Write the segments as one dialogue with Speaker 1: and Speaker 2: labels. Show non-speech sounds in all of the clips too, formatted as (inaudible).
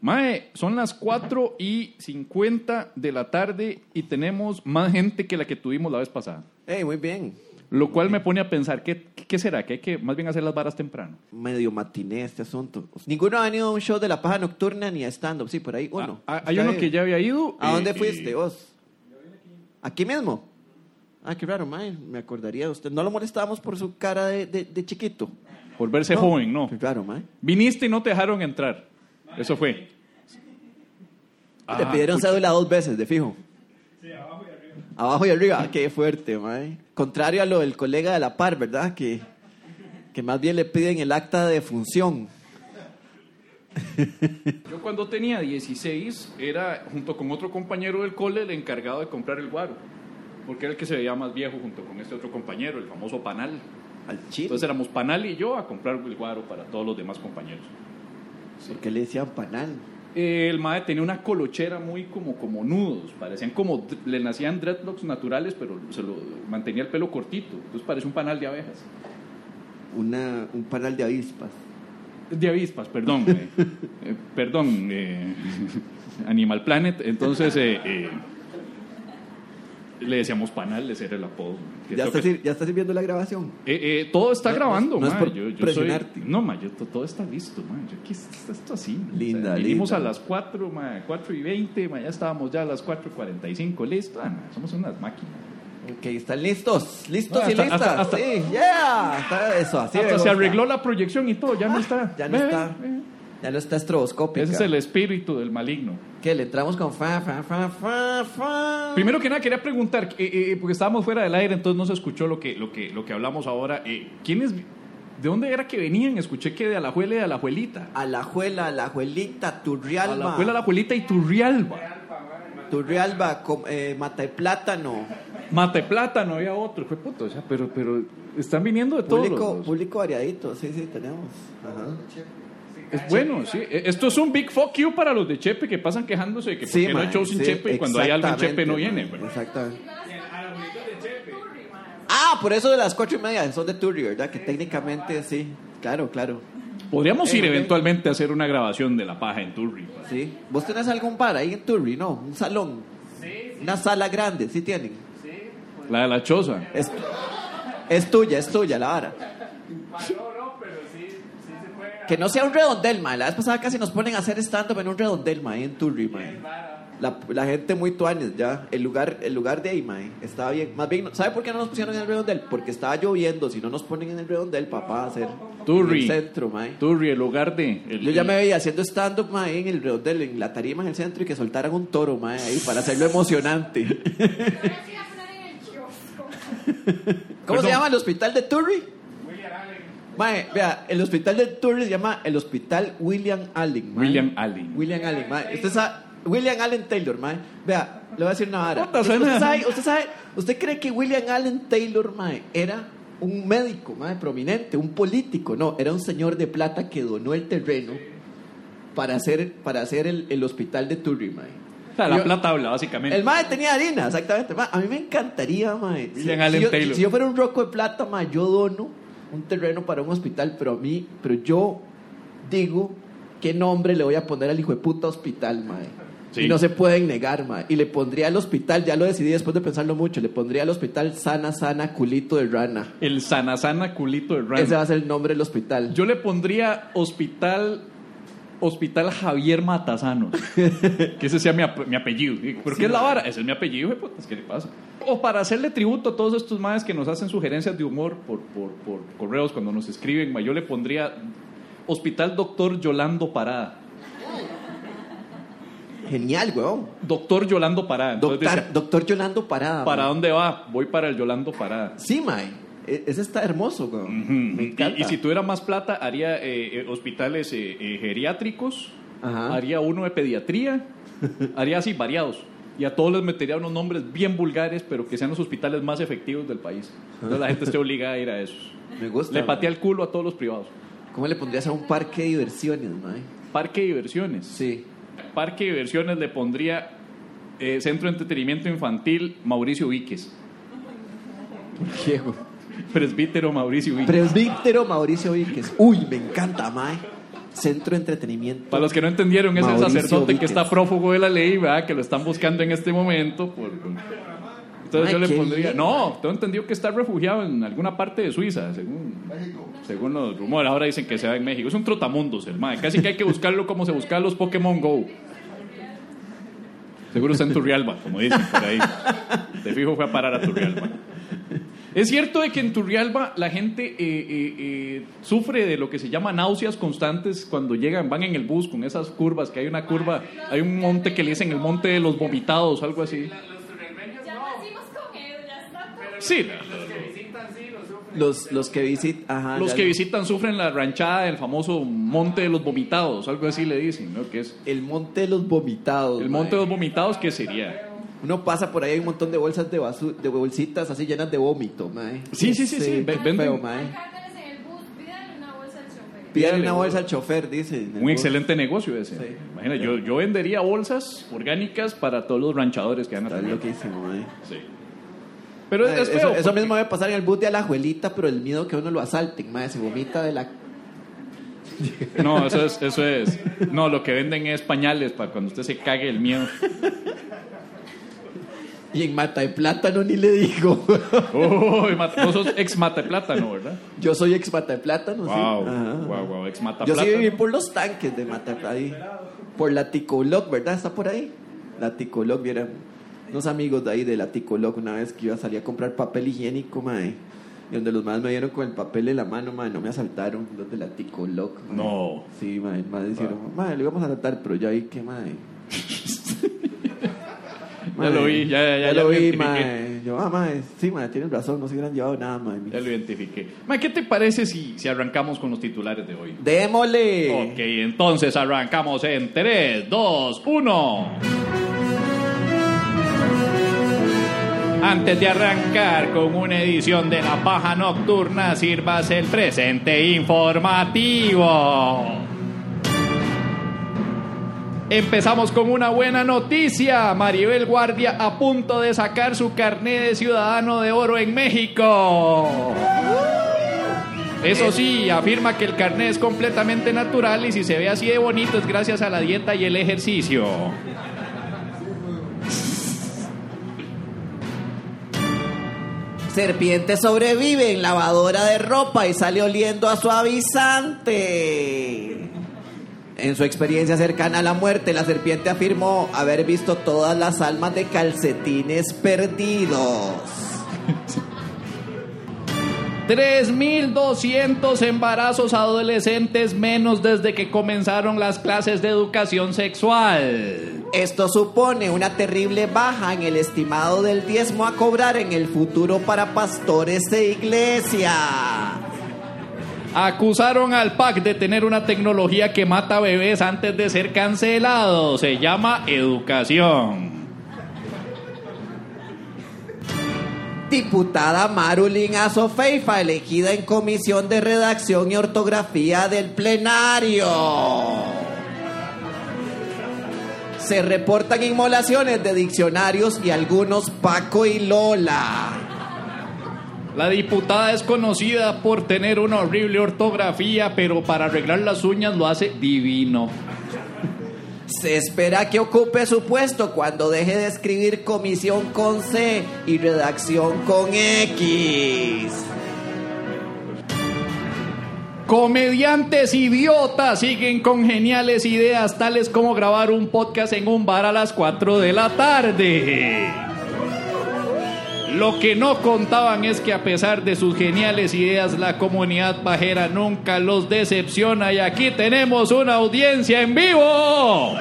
Speaker 1: Mae, son las 4 y 50 de la tarde y tenemos más gente que la que tuvimos la vez pasada.
Speaker 2: Ey, muy bien.
Speaker 1: Lo cual me pone a pensar, ¿qué, qué será? Que hay que más bien hacer las varas temprano.
Speaker 2: Medio matiné este asunto. Ninguno ha venido a un show de la paja nocturna ni a stand-up. Sí, por ahí uno.
Speaker 1: Ah, ah, hay uno que ya había ido.
Speaker 2: ¿A
Speaker 1: eh,
Speaker 2: dónde
Speaker 1: eh,
Speaker 2: fuiste Oh. vos? Aquí mismo. Ah, qué raro, mae. Me acordaría de usted. No lo molestábamos por su cara de, de- de chiquito.
Speaker 1: Por verse joven, ¿no?
Speaker 2: Qué raro, mae.
Speaker 1: Viniste y no te dejaron entrar. Eso fue.
Speaker 2: Le
Speaker 1: Ah,
Speaker 2: pidieron
Speaker 1: pucha.
Speaker 2: cédula dos veces, de fijo. Sí, abajo y arriba. Abajo y arriba, qué fuerte, mae. Contrario a lo del colega de la par, ¿verdad? Que, que más bien le piden el acta de función.
Speaker 1: Yo cuando tenía 16 era, junto con otro compañero del cole, el encargado de comprar el guaro. Porque era el que se veía más viejo junto con este otro compañero, el famoso panal.
Speaker 2: Al chile.
Speaker 1: Entonces éramos panal y yo a comprar el guaro para todos los demás compañeros.
Speaker 2: Porque le decían panal.
Speaker 1: Eh, El mae tenía una colochera muy como, como nudos, parecían como, dr- le nacían dreadlocks naturales, pero se lo mantenía el pelo cortito, entonces parece un panal de abejas,
Speaker 2: Una, un panal de avispas.
Speaker 1: de avispas, perdón, eh, eh, perdón, eh, Animal Planet, entonces eh, eh, le decíamos panal, ese era el apodo. Que
Speaker 2: ¿Ya
Speaker 1: creo
Speaker 2: está,
Speaker 1: que-
Speaker 2: sir- ya está sirviendo la grabación.
Speaker 1: Eh, eh, todo está
Speaker 2: No,
Speaker 1: grabando,
Speaker 2: no es
Speaker 1: mae,
Speaker 2: por
Speaker 1: yo- yo soy-
Speaker 2: presionarte.
Speaker 1: no, mae, yo- to- todo está listo, mae, yo, ¿qué es esto así? mae?
Speaker 2: Linda,
Speaker 1: vinimos
Speaker 2: linda.
Speaker 1: a las 4, mae, 4 y 20, mae, ya estábamos ya a las 4 y 45, listo, ah, mae, somos unas máquinas.
Speaker 2: Ok, están listos. Listos
Speaker 1: Ah,
Speaker 2: y
Speaker 1: hasta-
Speaker 2: listas.
Speaker 1: hasta- hasta-
Speaker 2: sí, yeah. Está eso, así me
Speaker 1: Hasta se
Speaker 2: gusta. Ah,
Speaker 1: arregló la proyección y todo, ya no está.
Speaker 2: Ya no
Speaker 1: Ve,
Speaker 2: está.
Speaker 1: ve.
Speaker 2: Ya no está estroboscópica.
Speaker 1: Ese es el espíritu del maligno.
Speaker 2: ¿Qué? Le entramos con fa, fa, fa, fa, fa.
Speaker 1: Primero que nada quería preguntar, eh, eh, porque estábamos fuera del aire, entonces no se escuchó lo que, lo que, lo que hablamos ahora. Eh, ¿Quiénes, de dónde era que venían? Escuché que de Alajuela y de Alajuelita.
Speaker 2: Alajuela, Alajuelita, Turrialba.
Speaker 1: Alajuela, Alajuelita y Turrialba.
Speaker 2: Turrialba, com- eh, Mata de Plátano.
Speaker 1: Mate plátano, había otro, fue puto, o sea, pero, pero están viniendo de todos
Speaker 2: Público,
Speaker 1: los- los-
Speaker 2: público variadito, sí, sí, tenemos. Ajá.
Speaker 1: Es bueno, sí. Eh, Esto es un big fuck you para los de Chepe que pasan quejándose de que
Speaker 2: Sí,
Speaker 1: porque no hay
Speaker 2: mae,
Speaker 1: show sin
Speaker 2: sí,
Speaker 1: Chepe y cuando hay algo en Chepe no
Speaker 2: exactamente,
Speaker 1: viene.
Speaker 2: mae,
Speaker 1: bueno.
Speaker 2: Exactamente. Ah, por eso de las cuatro y media son de Turri, ¿verdad? Que técnicamente sí. Claro, claro.
Speaker 1: Podríamos
Speaker 2: Eh,
Speaker 1: ir
Speaker 2: ok.
Speaker 1: eventualmente a hacer una grabación de la paja en Turri.
Speaker 2: Sí. ¿Vos tenés algún bar ahí en Turri, no? Un salón. Una sala grande, sí tienen.
Speaker 1: La de la choza.
Speaker 2: Es, es tuya, es tuya la vara. Que no sea un redondel, mae. La vez pasada casi nos ponen a hacer stand-up en un redondel, mae, en Turri, mae. La, la gente muy tuanes, ya. El lugar, el lugar de ahí, mae, estaba bien. Más bien, ¿sabe por qué no nos pusieron en el redondel? Porque estaba lloviendo. Si no nos ponen en el redondel, papá, a hacer en
Speaker 1: Turri.
Speaker 2: el centro, mae.
Speaker 1: Turri, el lugar de. el-
Speaker 2: Yo ya me veía haciendo stand-up, mae, en el redondel, en la tarima en el centro y que soltaran un toro, mae, ahí para hacerlo emocionante. ¿Cómo
Speaker 1: Perdón.
Speaker 2: se llama el hospital de Turri? Mae, vea, el hospital de Turri se llama el hospital William Allen. mae.
Speaker 1: William Allen.
Speaker 2: William Allen, mae. Usted sabe, William Allen Taylor, mae. Vea, le voy a decir una vara.
Speaker 1: Puta,
Speaker 2: usted,
Speaker 1: suena-
Speaker 2: sabe, usted sabe, usted cree que William Allen Taylor, mae, era un médico, mae, prominente, un político. No, era un señor de plata que donó el terreno para hacer, para hacer el, el hospital de Turri, mae.
Speaker 1: O sea, la
Speaker 2: Yo-
Speaker 1: plata habla, básicamente.
Speaker 2: El mae tenía harina, exactamente. mae. a mí me encantaría, mae. Si,
Speaker 1: William Allen
Speaker 2: si yo,
Speaker 1: Taylor.
Speaker 2: si yo fuera un roco de plata, mae, yo dono un terreno para un hospital, pero a mí, pero yo digo qué nombre le voy a poner al hijo de puta hospital, mae.
Speaker 1: Sí.
Speaker 2: Y no se pueden negar, mae. Y le pondría al hospital, ya lo decidí después de pensarlo mucho, le pondría al hospital sana, sana, culito de rana.
Speaker 1: El sana sana culito de Rand.
Speaker 2: Ese va a ser el nombre del hospital.
Speaker 1: Yo le pondría hospital. Hospital Javier Matasano. que ese sea mi, ape- mi apellido. ¿Y ¿Por qué es la vara? Ese es mi apellido, hijo de putas, ¿qué le pasa? O para hacerle tributo a todos estos madres que nos hacen sugerencias de humor por, por, por correos cuando nos escriben, ma, yo le pondría Hospital Doctor Yolando Parada.
Speaker 2: Genial, weón.
Speaker 1: Doctor Yolando Parada. Entonces
Speaker 2: Doctor,
Speaker 1: dice,
Speaker 2: doctor Yolando Parada.
Speaker 1: ¿Para
Speaker 2: mae.
Speaker 1: dónde va? Voy para el Yolando Parada.
Speaker 2: Sí, mae. E- Ese está hermoso, weón. Me
Speaker 1: Y,
Speaker 2: encanta.
Speaker 1: y si tuviera más plata, haría eh, eh, hospitales eh, eh, geriátricos,
Speaker 2: Ajá.
Speaker 1: haría uno de pediatría, haría así, variados. Y a todos les metería unos nombres bien vulgares, pero que sean los hospitales más efectivos del país. Entonces la gente esté obligada a ir a
Speaker 2: (laughs)
Speaker 1: esos.
Speaker 2: Me gusta.
Speaker 1: Le
Speaker 2: mae.
Speaker 1: patea el culo a todos los privados.
Speaker 2: ¿Cómo le pondrías a un parque de diversiones, mae?
Speaker 1: Parque de diversiones.
Speaker 2: Sí.
Speaker 1: Parque de diversiones le pondría eh, Centro de Entretenimiento Infantil Mauricio Víquez. (laughs)
Speaker 2: Viejo.
Speaker 1: Presbítero Mauricio Víquez.
Speaker 2: Presbítero Mauricio Víquez. Uy, me encanta, mae. Centro de Entretenimiento.
Speaker 1: Para los que no entendieron, es
Speaker 2: Mauricio
Speaker 1: el sacerdote que
Speaker 2: Víquez.
Speaker 1: está prófugo de la ley, ¿verdad? Que lo están buscando en este momento. por- Entonces
Speaker 2: Ay,
Speaker 1: yo le
Speaker 2: qué
Speaker 1: pondría.
Speaker 2: bien.
Speaker 1: No, tengo entendido que está refugiado en alguna parte de Suiza, según, según los rumores. Ahora dicen que se va en México. Es un trotamundos, el mae. Casi que hay que buscarlo como se buscan los Pokémon Go. Seguro está en Turrialba, como dicen por ahí. Te fijo, fue a parar a Turrialba. Es cierto de que en Turrialba la gente eh, eh, eh, sufre de lo que se llama náuseas constantes cuando llegan, van en el bus con esas curvas, que hay una curva, hay un monte que le dicen el monte de los vomitados, algo así.
Speaker 3: Ya nacimos con él, ya está.
Speaker 1: Sí,
Speaker 2: Los, los que visitan. Ajá.
Speaker 1: los
Speaker 2: Ah, ya
Speaker 1: que
Speaker 2: lo-
Speaker 1: visitan sufren la ranchada del famoso monte de los vomitados, algo así le dicen, ¿no? Que es
Speaker 2: El Monte de los Vomitados.
Speaker 1: el
Speaker 2: mae.
Speaker 1: monte de los vomitados, que sería?
Speaker 2: Uno pasa por ahí, hay un montón de bolsas de, basu- de bolsitas así llenas de vómito, mae.
Speaker 1: Sí, sí, sí, sí, ve-
Speaker 2: qué
Speaker 1: venden.
Speaker 2: feo, mae.
Speaker 3: Cárteles en el bus, pídale una bolsa al chofer.
Speaker 2: Pídale
Speaker 1: Pídale,
Speaker 2: una
Speaker 1: güey.
Speaker 2: bolsa al chofer, dicen.
Speaker 1: Un excelente negocio ese.
Speaker 2: Sí.
Speaker 1: Imagina, yo, yo vendería bolsas orgánicas para todos los ranchadores que van a
Speaker 2: Está
Speaker 1: tener.
Speaker 2: loquísimo, mae.
Speaker 1: Sí. Pero es,
Speaker 2: Mae,
Speaker 1: es
Speaker 2: Eh, eso,
Speaker 1: feo.
Speaker 2: eso
Speaker 1: porque-
Speaker 2: mismo debe pasar en el bus de la abuelita, pero el miedo que a uno lo asalten, mae. Se vomita de la.
Speaker 1: No, eso es, eso es. No, lo que venden es pañales para cuando usted se cague el
Speaker 2: (laughs)
Speaker 1: miedo.
Speaker 2: Y en mata de plátano ni le digo.
Speaker 1: Uy, mata- vos sos ex mata de plátano, ¿verdad?
Speaker 2: Yo soy ex mata de plátano,
Speaker 1: Wow,
Speaker 2: Oh, sí. Ajá.
Speaker 1: wow, wow, ex mata
Speaker 2: Yo sí
Speaker 1: plátano.
Speaker 2: viví por los tanques de Matapadi. Por la Ticolog, ¿verdad? Está por ahí. La Ticolog, vieran. Unos amigos de ahí de la Ticolog, una vez que iba a salir a comprar papel higiénico, mae. Y donde los más me vieron con el papel en la mano, mae, no me asaltaron. Los de la Ticolog. mae.
Speaker 1: No. Ah.
Speaker 2: Sí, mae, más dijeron, mae, lo íbamos a asaltar, pero ya vi que, mae.
Speaker 1: (laughs) Ya lo vi, ya, ya, ya, ya
Speaker 2: lo
Speaker 1: lo
Speaker 2: vi,
Speaker 1: identifiqué.
Speaker 2: mae. Yo, ah, mae, sí, mae, tienes razón, no se hubieran llevado nada, mae.
Speaker 1: Ya lo identifiqué. Ma, ¿qué te parece si, si arrancamos con los titulares de hoy?
Speaker 2: ¡Démosle!
Speaker 1: Ok, entonces arrancamos en 3, 2, 1. Antes de arrancar con una edición de La Paja Nocturna, sirvas el presente informativo. Empezamos con una buena noticia. Maribel Guardia a punto de sacar su carnet de ciudadano de oro en México. Eso sí, afirma que el carnet es completamente natural y si se ve así de bonito es gracias a la dieta y el ejercicio.
Speaker 2: Serpiente sobrevive en lavadora de ropa y sale oliendo a suavizante. En su experiencia cercana a la muerte, la serpiente afirmó haber visto todas las almas de calcetines perdidos.
Speaker 1: 3.200 embarazos adolescentes menos desde que comenzaron las clases de educación sexual.
Speaker 2: Esto supone una terrible baja en el estimado del diezmo a cobrar en el futuro para pastores e iglesia.
Speaker 1: Acusaron al PAC de tener una tecnología que mata bebés antes de ser cancelado. Se llama educación.
Speaker 2: Diputada Marulín Azofeifa, elegida en comisión de redacción y ortografía del plenario. Se reportan inmolaciones de diccionarios y algunos Paco y Lola.
Speaker 1: La diputada es conocida por tener una horrible ortografía, pero para arreglar las uñas lo hace divino.
Speaker 2: Se espera que ocupe su puesto cuando deje de escribir comisión con C y redacción con X.
Speaker 1: Comediantes idiotas siguen con geniales ideas tales como grabar un podcast en un bar a las 4 de la tarde. Lo que no contaban es que a pesar de sus geniales ideas, la comunidad pajera nunca los decepciona y aquí tenemos una audiencia en vivo.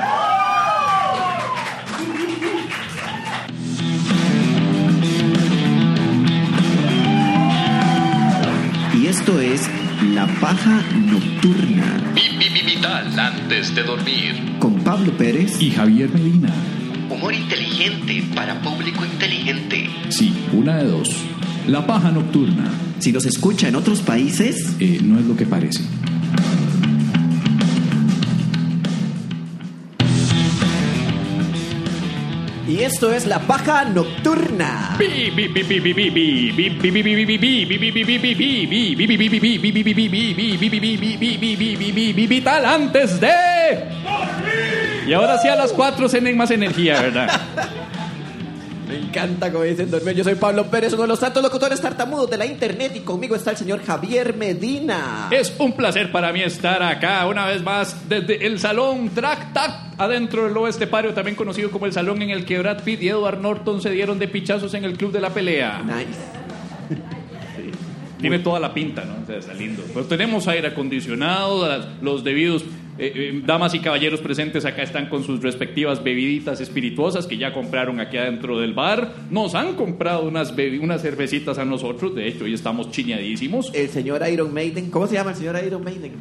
Speaker 4: Y esto es La Paja Nocturna
Speaker 5: Vital antes de dormir.
Speaker 4: con Pablo Pérez.
Speaker 1: Y Javier Medina,
Speaker 4: Humor inteligente para público inteligente.
Speaker 1: sí, una de dos. La paja nocturna eh,
Speaker 4: Si nos escucha en otros países,
Speaker 1: no es lo que parece.
Speaker 2: Y esto es La Paja Nocturna.
Speaker 1: Vital antes de. Y ahora sí a las 4 se tienen más energía, ¿verdad?
Speaker 2: Me encanta como dicen dormir. Yo soy Pablo Pérez, uno de los tantos locutores tartamudos de la internet. Y conmigo está el señor Javier Medina.
Speaker 1: Es un placer para mí estar acá una vez más desde el salón Track Tac adentro del oeste patio, también conocido como el salón en el que Brad Pitt y Edward Norton se dieron de pichazos en el club de la pelea.
Speaker 2: Nice.
Speaker 1: Tiene toda la pinta, ¿no? O sea, está lindo. Pero tenemos aire acondicionado, las- los debidos eh, eh, damas y caballeros presentes acá están con sus respectivas bebiditas espirituosas que ya compraron aquí adentro del bar. Nos han comprado unas, bebi- unas cervecitas a nosotros, de hecho, hoy estamos chiñadísimos.
Speaker 2: El señor Iron Maiden. ¿Cómo se llama el señor Iron Maiden?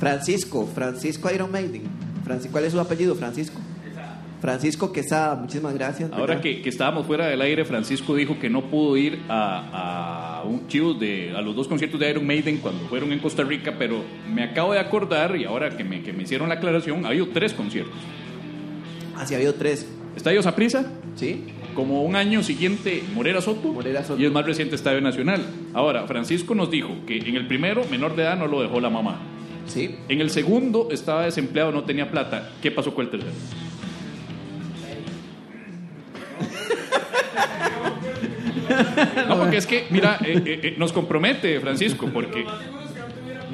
Speaker 2: Francisco. Francisco, Iron Maiden. Francisco, ¿Cuál es su apellido, Francisco? Francisco Quesada. Muchísimas gracias.
Speaker 1: Ahora que, que estábamos fuera del aire, Francisco dijo que no pudo ir a, a un chivo de, a los dos conciertos de Iron Maiden cuando fueron en Costa Rica, pero me acabo de acordar y ahora que me, que me hicieron la aclaración, ha habido tres conciertos.
Speaker 2: Así ha habido tres.
Speaker 1: Estadio Saprisa,
Speaker 2: ¿Sí?
Speaker 1: como un año siguiente Morera Soto,
Speaker 2: Morera Soto.
Speaker 1: y el más reciente Estadio Nacional. Ahora, Francisco nos dijo que en el primero, menor de edad, no lo dejó la mamá.
Speaker 2: Sí.
Speaker 1: En el segundo, estaba desempleado, no tenía plata. ¿Qué pasó con el tercero? (laughs) No, porque es que, mira, eh, eh, eh, nos compromete, Francisco, porque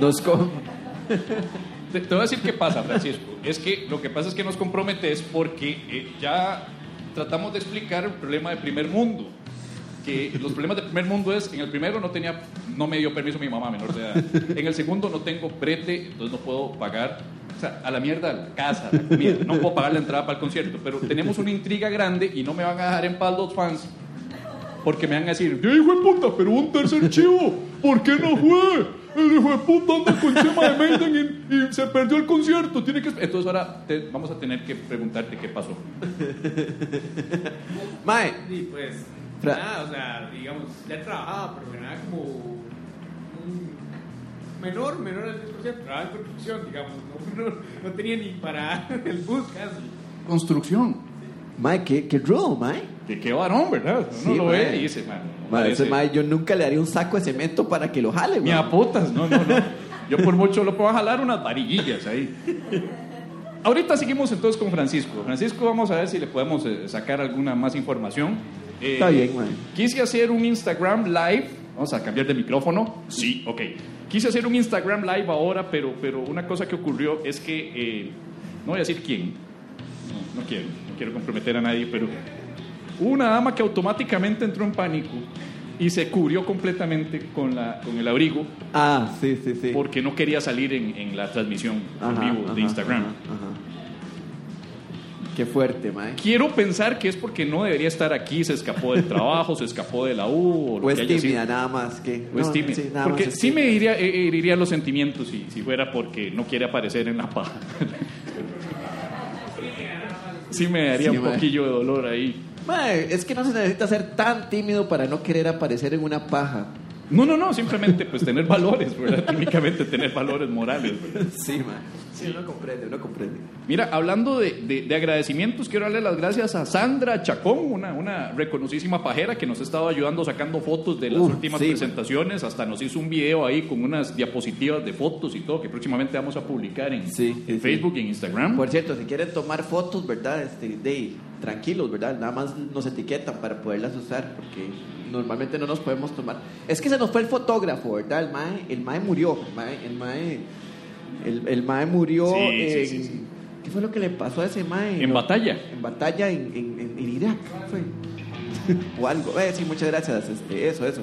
Speaker 2: Nos com-
Speaker 1: te, te voy a decir qué pasa, Francisco. (laughs) Es que lo que pasa es que nos comprometes porque eh, ya tratamos de explicar el problema de primer mundo. Que los problemas de primer mundo es, en el primero no tenía, no me dio permiso mi mamá menor de edad. En el segundo no tengo prete, entonces no puedo pagar, o sea, a la mierda la casa, la comida. No puedo pagar la entrada para el concierto. Pero tenemos una intriga grande y no me van a dejar en paz los fans porque me van a decir, yo hijo de puta, pero un tercer chivo, ¿por qué no fue? El hijo de puta anda con Chema de Maiden y, y se perdió el concierto. Tiene que... Entonces ahora te- vamos a tener que preguntarte qué pasó.
Speaker 2: Mae.
Speaker 6: Y pues,
Speaker 2: Fra-
Speaker 6: nada, o sea, digamos, ya trabajaba, pero era como un menor, menor al 10%, trabajaba en construcción, digamos, no, (laughs) no, no tenía ni para el bus casi.
Speaker 1: Construcción.
Speaker 2: Mae, qué, qué rudo, mae.
Speaker 1: ¿De qué varón, verdad? Uno
Speaker 2: Sí,
Speaker 1: lo
Speaker 2: mae.
Speaker 1: ve y dice, man,
Speaker 2: Mae, ese mae, yo nunca le daría un saco de cemento para que lo jale,
Speaker 1: Ni
Speaker 2: mae.
Speaker 1: a putas, no, no, no. Yo por mucho lo puedo jalar unas varillillas ahí. Ahorita seguimos entonces con Francisco. Francisco, vamos a ver si le podemos eh, sacar alguna más información. Eh,
Speaker 2: Está bien, man.
Speaker 1: Quise hacer un Instagram live. Vamos a cambiar de micrófono. Sí, ok. Quise hacer un Instagram live ahora, pero, pero una cosa que ocurrió es que. eh, no voy a decir quién. No, no quiero, no quiero comprometer a nadie, pero. Hubo una dama que automáticamente entró en pánico y se cubrió completamente con, la, con el abrigo
Speaker 2: Ah, sí, sí, sí.
Speaker 1: porque no quería salir en, en la transmisión
Speaker 2: Ajá,
Speaker 1: en vivo
Speaker 2: ajá,
Speaker 1: de Instagram.
Speaker 2: ajá, ajá. Qué fuerte, mae.
Speaker 1: Quiero pensar que es porque no debería estar aquí, se escapó del trabajo, se escapó de la U o lo
Speaker 2: O es
Speaker 1: que haya sido.
Speaker 2: tímida, nada más que.
Speaker 1: O es tímida.
Speaker 2: Sí, nada
Speaker 1: porque
Speaker 2: más es
Speaker 1: sí me
Speaker 2: tímida.
Speaker 1: iría- eh, heriría los sentimientos si, si fuera porque no quiere aparecer en la paja. (laughs) sí me daría
Speaker 2: Sí,
Speaker 1: un
Speaker 2: mae.
Speaker 1: poquillo de dolor ahí.
Speaker 2: Mae, es que no se necesita ser tan tímido para no querer aparecer en una paja.
Speaker 1: No, no, no, simplemente pues tener valores, ¿verdad? (laughs) Técnicamente tener valores morales, ¿verdad?
Speaker 2: Sí, mae. Sí, uno comprende, uno comprende.
Speaker 1: Mira, hablando de, de- de agradecimientos, quiero darle las gracias a Sandra Chacón, una, una reconocidísima pajera que nos ha estado ayudando sacando fotos de las
Speaker 2: Uf,
Speaker 1: últimas
Speaker 2: sí.
Speaker 1: presentaciones. Hasta nos hizo un video ahí con unas diapositivas de fotos y todo, que próximamente vamos a publicar en,
Speaker 2: Sí,
Speaker 1: en
Speaker 2: sí,
Speaker 1: Facebook y en Instagram.
Speaker 2: Por cierto, si quieren tomar fotos, ¿verdad? Este, de, tranquilos, ¿verdad? Nada más nos etiquetan para poderlas usar, porque normalmente no nos podemos tomar. Es que se nos fue el fotógrafo, ¿verdad? El mae, el mae murió. El mae, el mae, el- el mae murió
Speaker 1: Sí, sí,
Speaker 2: en...
Speaker 1: sí, sí. Em-
Speaker 2: ¿Qué fue lo que le pasó a ese mae?
Speaker 1: en
Speaker 2: No,
Speaker 1: batalla.
Speaker 2: En batalla en, en- en- en Irak, fue. (laughs) o algo. Eh, sí, muchas gracias. Este, eso, eso.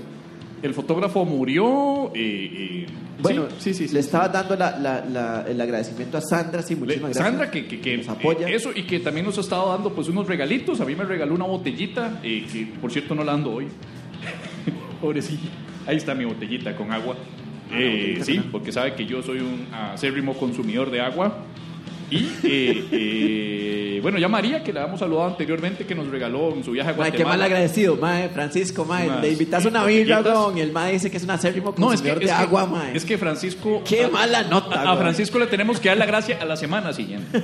Speaker 1: El fotógrafo murió. eh, eh,
Speaker 2: Bueno,
Speaker 1: sí, sí, sí,
Speaker 2: le
Speaker 1: sí.
Speaker 2: estaba dando la- la- la- el agradecimiento a Sandra, sí,
Speaker 1: Le-
Speaker 2: muchísimas gracias.
Speaker 1: Sandra, que, que- que,
Speaker 2: nos apoya.
Speaker 1: eh, eso y que también nos ha estado dando pues unos regalitos. A mí me regaló una botellita, eh, que por cierto no la ando hoy. (laughs) Pobrecilla. Ahí está mi botellita con agua. Eh,
Speaker 2: Ah, botellita
Speaker 1: sí,
Speaker 2: con agua.
Speaker 1: porque sabe que yo soy un acérrimo consumidor de agua. Y eh, (laughs) eh, bueno, ya María, que la habíamos saludado anteriormente, que nos regaló en su viaje a
Speaker 2: Mae, qué mal
Speaker 1: Guatemala. agradecido
Speaker 2: agradecido, eh, mae, Francisco, mae.
Speaker 1: Mae,
Speaker 2: Le invitas
Speaker 1: sí,
Speaker 2: una birra,
Speaker 1: botellitas.
Speaker 2: weón, y el mae dice que es un acérrimo
Speaker 1: no, es que,
Speaker 2: consumidor
Speaker 1: es
Speaker 2: de
Speaker 1: que-
Speaker 2: agua, mae.
Speaker 1: es que Francisco.
Speaker 2: Qué
Speaker 1: a-
Speaker 2: mala nota,
Speaker 1: a- a
Speaker 2: weón.
Speaker 1: Francisco le tenemos que dar la gracia a la semana siguiente.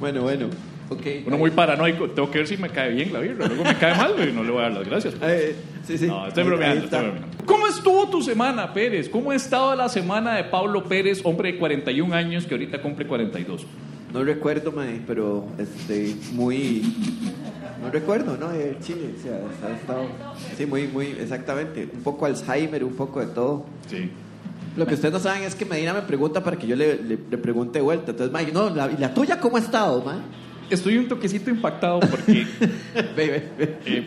Speaker 2: Bueno, bueno. Ok.
Speaker 1: Uno muy paranoico. Tengo que ver si me cae bien la birra. Luego me cae mal, güey. No le voy a dar las gracias.
Speaker 2: Ay, ay, Eh, sí, sí.
Speaker 1: No, estoy
Speaker 2: Ahí- ahí
Speaker 1: bromeando,
Speaker 2: está.
Speaker 1: estoy bromeando. ¿Cómo estuvo tu semana, Pérez? ¿Cómo ha estado la semana de Pablo Pérez, hombre de 41 años que ahorita cumple 42?
Speaker 2: No recuerdo, mae, pero este, muy. No recuerdo, ¿no? El chile, o sea, ha estado. Sí, muy, muy, exactamente. Un poco Alzheimer, un poco de todo.
Speaker 1: Sí.
Speaker 2: Lo que ustedes no saben es que Medina me pregunta para que yo le, le- le pregunte de vuelta. Entonces, mae, no, la, ¿y la tuya cómo ha estado, mae? (laughs)
Speaker 1: Estoy un toquecito impactado porque
Speaker 2: Ve, ve, ve.
Speaker 1: eh,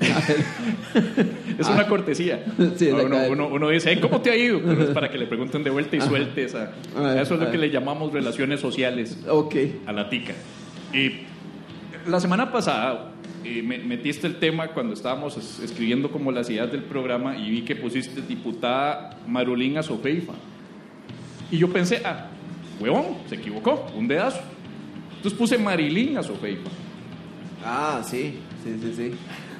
Speaker 2: A ver.
Speaker 1: es una cortesía.
Speaker 2: Sí, es la
Speaker 1: uno,
Speaker 2: cadena.
Speaker 1: uno- uno dice, "Eh, ¿cómo te ha ido? Pero es para que le pregunten de vuelta y suelte esa.
Speaker 2: Ay,
Speaker 1: Eso es lo
Speaker 2: ay.
Speaker 1: que le llamamos relaciones sociales.
Speaker 2: Ok.
Speaker 1: a la tica. Y la semana pasada eh, me- metiste el tema cuando estábamos es- escribiendo como las ideas del programa y vi que pusiste diputada Marulina Sofeifa. Y yo pensé, ah, huevón, se equivocó, un dedazo. Entonces puse Marilina Sofeifa.
Speaker 2: Ah, sí, sí, sí, sí.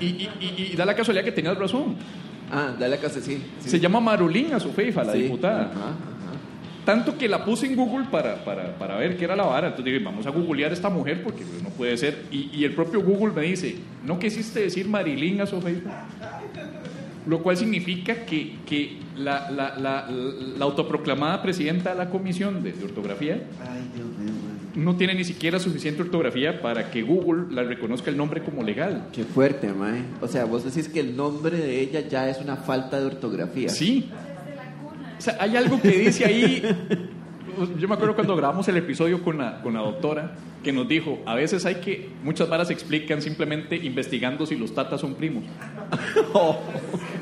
Speaker 1: Y, y- y- y da la casualidad que tenías razón.
Speaker 2: Ah, dale a casa, sí. sí.
Speaker 1: Se llama Marulina Sofeifa, la
Speaker 2: Sí.
Speaker 1: diputada.
Speaker 2: Ajá, ajá.
Speaker 1: Tanto que la puse en Google para, para, para ver qué era la vara. Entonces dije, vamos a googlear a esta mujer porque pues, no puede ser. Y, y el propio Google me dice, ¿no quisiste decir Marilyn a su Facebook? Lo cual significa que, que la, la- la- la autoproclamada presidenta de la Comisión de, de Ortografía
Speaker 2: Ay, Dios mío, mae.
Speaker 1: no tiene ni siquiera suficiente ortografía para que Google la reconozca el nombre como legal.
Speaker 2: Qué fuerte, mae. O sea, vos decís que el nombre de ella ya es una falta de ortografía.
Speaker 1: Sí. O sea, hay algo que dice ahí. Yo me acuerdo cuando grabamos el episodio con la, con la doctora que nos dijo, a veces hay que, muchas varas se explican simplemente investigando si los tatas son primos. (laughs)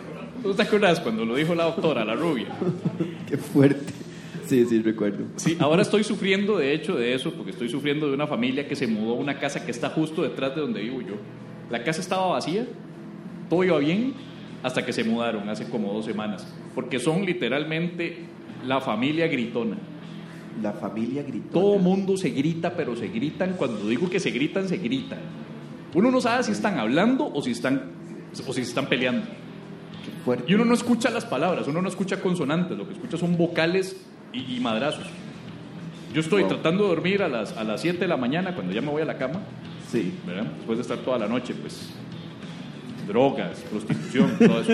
Speaker 1: ¿Tú te acuerdas cuando lo dijo la doctora, la rubia?
Speaker 2: Qué fuerte. Sí, sí, recuerdo.
Speaker 1: Sí, ahora estoy sufriendo de hecho de eso, porque estoy sufriendo de una familia que se mudó a una casa que está justo detrás de donde vivo yo. La casa estaba vacía, todo iba bien, hasta que se mudaron hace como dos semanas, porque son literalmente la familia gritona.
Speaker 2: La familia gritó.
Speaker 1: Todo mundo se grita, pero se gritan. Cuando digo que se gritan, se gritan. Uno no sabe si están hablando o si están, o si están peleando.
Speaker 2: Qué fuerte.
Speaker 1: Y uno no escucha las palabras, uno no escucha consonantes, lo que escucha son vocales y, y madrazos. Yo estoy
Speaker 2: Wow.
Speaker 1: tratando de dormir a las, a las 7 de la mañana cuando ya me voy a la cama,
Speaker 2: Sí.
Speaker 1: ¿verdad? Después de estar toda la noche, pues, drogas, prostitución, todo (laughs) eso.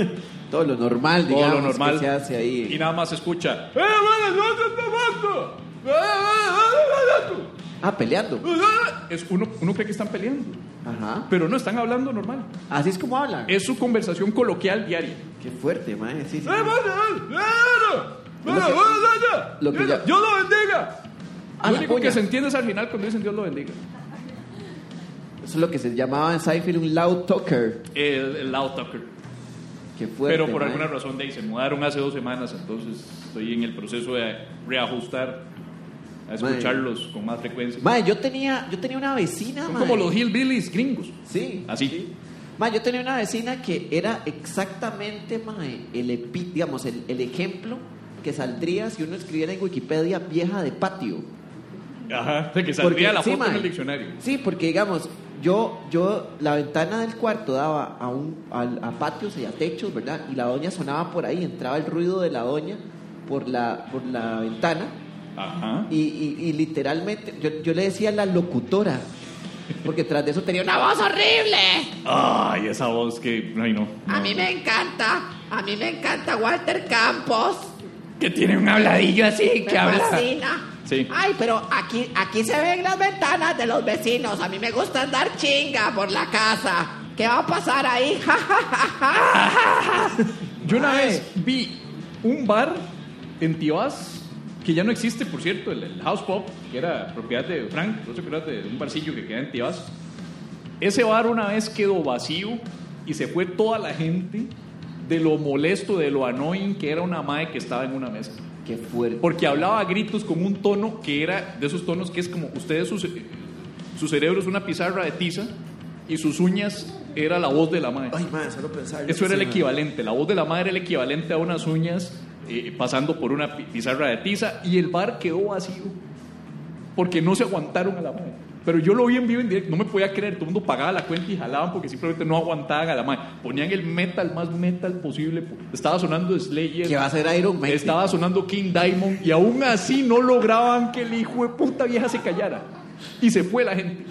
Speaker 2: Todo lo normal,
Speaker 1: Todo
Speaker 2: digamos,
Speaker 1: lo normal.
Speaker 2: que se hace ahí.
Speaker 1: Y nada más se escucha. "Eh, bueno, no, no, no, no, no. Eh, eh, eh, no, no,
Speaker 2: Ah, peleando.
Speaker 1: no, no". Es uno, uno cree que están peleando,
Speaker 2: Ajá.
Speaker 1: pero no, están hablando normal.
Speaker 2: Así es como hablan.
Speaker 1: Es su conversación coloquial diaria.
Speaker 2: Qué fuerte, mae. Sí, sí.
Speaker 1: Eh, bueno, eh, bueno, bueno,
Speaker 2: Lo que-
Speaker 1: bueno, bueno,
Speaker 2: lo que ya-
Speaker 1: Dios lo bendiga.
Speaker 2: Ah,
Speaker 1: lo
Speaker 2: la
Speaker 1: único
Speaker 2: puña.
Speaker 1: que se entiende es al final cuando dicen Dios lo bendiga.
Speaker 2: Eso es lo que se llamaba en Seinfeld un loud talker.
Speaker 1: El, el loud talker.
Speaker 2: Qué fuerte.
Speaker 1: Pero por
Speaker 2: mae.
Speaker 1: alguna razón de ahí se mudaron hace dos semanas, entonces estoy en el proceso de reajustar a escucharlos con más frecuencia.
Speaker 2: Mae, yo tenía, yo tenía una vecina,
Speaker 1: Son
Speaker 2: mae.
Speaker 1: como los hillbillies gringos.
Speaker 2: Sí.
Speaker 1: Así.
Speaker 2: Mae, yo tenía una vecina que era exactamente, mae, el epi- digamos, el, el ejemplo que saldría si uno escribiera en Wikipedia vieja de patio.
Speaker 1: Ajá. O sea, que saldría la
Speaker 2: sí,
Speaker 1: foto en
Speaker 2: mae.
Speaker 1: el diccionario.
Speaker 2: Sí, porque digamos, yo, yo, la ventana del cuarto daba a, un, al- a, patios y a techos, ¿verdad? Y la doña sonaba por ahí, entraba el ruido de la doña por la, por la ventana.
Speaker 1: Ajá.
Speaker 2: Y, y- y literalmente, yo, yo le decía la locutora, porque tras de eso tenía una voz horrible.
Speaker 1: Ay, esa voz que. Ay, no.
Speaker 7: A mí me encanta, a mí me encanta Walter Campos.
Speaker 1: Que tiene un habladillo así
Speaker 7: Me fascina.
Speaker 1: Sí.
Speaker 7: Ay, pero aquí, aquí se ven las ventanas de los vecinos. A mí me gusta andar chinga por la casa. ¿Qué va a pasar ahí? (laughs) Ja, ja, ja, ja.
Speaker 1: Yo una vez vi un bar en Tibás, que ya no existe, por cierto, el, el House Pop, que era propiedad de Frank, no te acuerdas de un barcillo que queda en Tibás. Ese bar una vez quedó vacío y se fue toda la gente de lo molesto, de lo annoying que era una madre que estaba en una mesa.
Speaker 2: Qué fuerte.
Speaker 1: Porque hablaba a gritos con un tono que era de esos tonos que es como ustedes, su, ce- su cerebro es una pizarra de tiza y sus uñas era la voz de la madre.
Speaker 2: Ay, madre, solo pensar.
Speaker 1: Eso era el
Speaker 2: Sí, mae.
Speaker 1: equivalente, la voz de la madre era el equivalente a unas uñas eh, pasando por una pi- pizarra de tiza y el bar quedó vacío porque no se aguantaron a la madre. Pero yo lo vi en vivo en directo, no me podía creer, todo el mundo pagaba la cuenta y jalaban porque simplemente no aguantaban a la madre. Ponían el metal más metal posible, po- estaba sonando Slayer.
Speaker 2: Que va a ser Iron Man.
Speaker 1: Estaba sonando King Diamond y aún así no lograban que el hijo de puta vieja se callara. Y se fue la gente.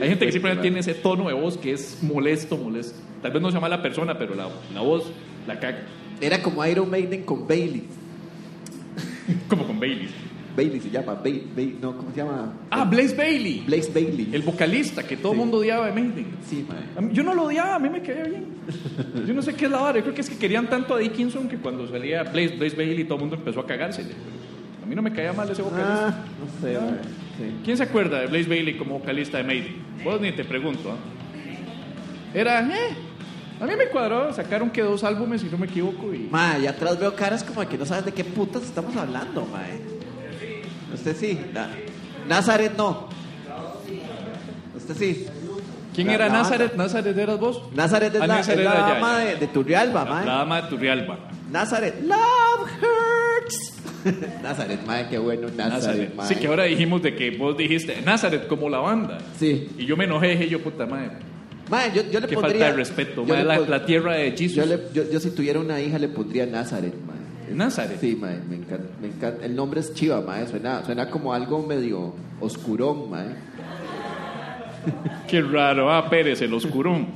Speaker 1: Hay gente que siempre tiene ese tono de voz que es molesto, molesto. Tal vez no sea mala persona, pero la, la voz la caga.
Speaker 2: Era como Iron Maiden con Bailey.
Speaker 1: Como con Bailey.
Speaker 2: Bailey se llama. Bailey, no, ¿cómo se llama?
Speaker 1: Ah, Blaze Bailey.
Speaker 2: Blaze Bailey.
Speaker 1: El vocalista que todo el
Speaker 2: Sí.
Speaker 1: mundo odiaba de Maiden.
Speaker 2: Sí, mae.
Speaker 1: A mí- Yo no lo odiaba, a mí me caía bien. Yo no sé qué es la vara. Yo creo que es que querían tanto a Dickinson que cuando salía Blaze, Blaze Bailey todo el mundo empezó a cagarse. A mí no me caía mal ese vocalista.
Speaker 2: Ah, no sé, mae. Sí.
Speaker 1: ¿Quién se acuerda de Blaze Bailey como vocalista de Maiden? Vos ni te pregunto. ¿ah? Era, eh, a mí me cuadró. Sacaron que dos álbumes, si no me equivoco. Y...
Speaker 2: Mae, y atrás veo caras como de que no sabes de qué putas estamos hablando, mae. Usted sí. Na- Nazaret no. Usted sí.
Speaker 1: ¿Quién
Speaker 2: La-
Speaker 1: era
Speaker 2: la
Speaker 1: Nazareth?
Speaker 2: banda.
Speaker 1: ¿Nazareth eras vos?
Speaker 2: Nazaret es
Speaker 1: Ah,
Speaker 2: la,
Speaker 1: Nazareth
Speaker 2: es la
Speaker 1: era ya,
Speaker 2: dama
Speaker 1: ya.
Speaker 2: de, de Turrialba,
Speaker 1: La
Speaker 2: mae.
Speaker 1: dama de Turrialba.
Speaker 2: Nazaret. Love hurts. (laughs) Nazaret, mae, qué bueno. Nazaret,
Speaker 1: Nazareth.
Speaker 2: mae.
Speaker 1: Sí, que ahora dijimos de que vos dijiste Nazareth como la banda.
Speaker 2: Sí.
Speaker 1: Y yo me enojé, dije yo, puta madre.
Speaker 2: Mae, yo, yo le
Speaker 1: Qué
Speaker 2: pondría.
Speaker 1: falta de respeto.
Speaker 2: yo
Speaker 1: mae,
Speaker 2: le
Speaker 1: la,
Speaker 2: pon-
Speaker 1: la tierra de Jesus.
Speaker 2: Yo, le- yo- yo si tuviera una hija le pondría Nazaret, mae.
Speaker 1: Nazaret.
Speaker 2: Sí, mae, me encanta, me encanta. El nombre es Chiva, mae. Suena, suena como algo medio oscurón, mae.
Speaker 1: Qué raro. Ah, Pérez, el oscurón.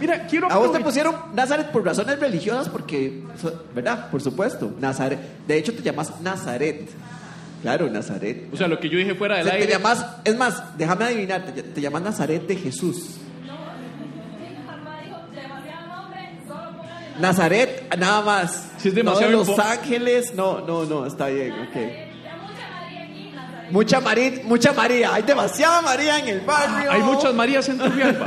Speaker 1: Mira, quiero.
Speaker 2: A vos te
Speaker 1: aprovechar-
Speaker 2: pusieron Nazaret por razones religiosas, porque, so- ¿verdad? Por supuesto. Nazaret. De hecho, te llamas Nazaret. Claro, Nazaret.
Speaker 1: O sea, lo que yo dije fuera
Speaker 2: O
Speaker 1: del
Speaker 2: sea, te
Speaker 1: aire.
Speaker 2: llamas, es más, déjame adivinar, te, te llamas Nazaret de Jesús.
Speaker 3: Mi papá dijo, demasiado nombre, solo por la
Speaker 2: Nazaret, nada más.
Speaker 1: Sí, es demasiado
Speaker 2: No de Los
Speaker 1: impo-
Speaker 2: Ángeles, no, no, no, está bien, ok.
Speaker 3: Hay mucha María aquí, Nazaret.
Speaker 2: Mucha María, mucha María, hay demasiada María en el barrio.
Speaker 1: Hay muchas Marías en
Speaker 2: (laughs)
Speaker 1: Turrialba.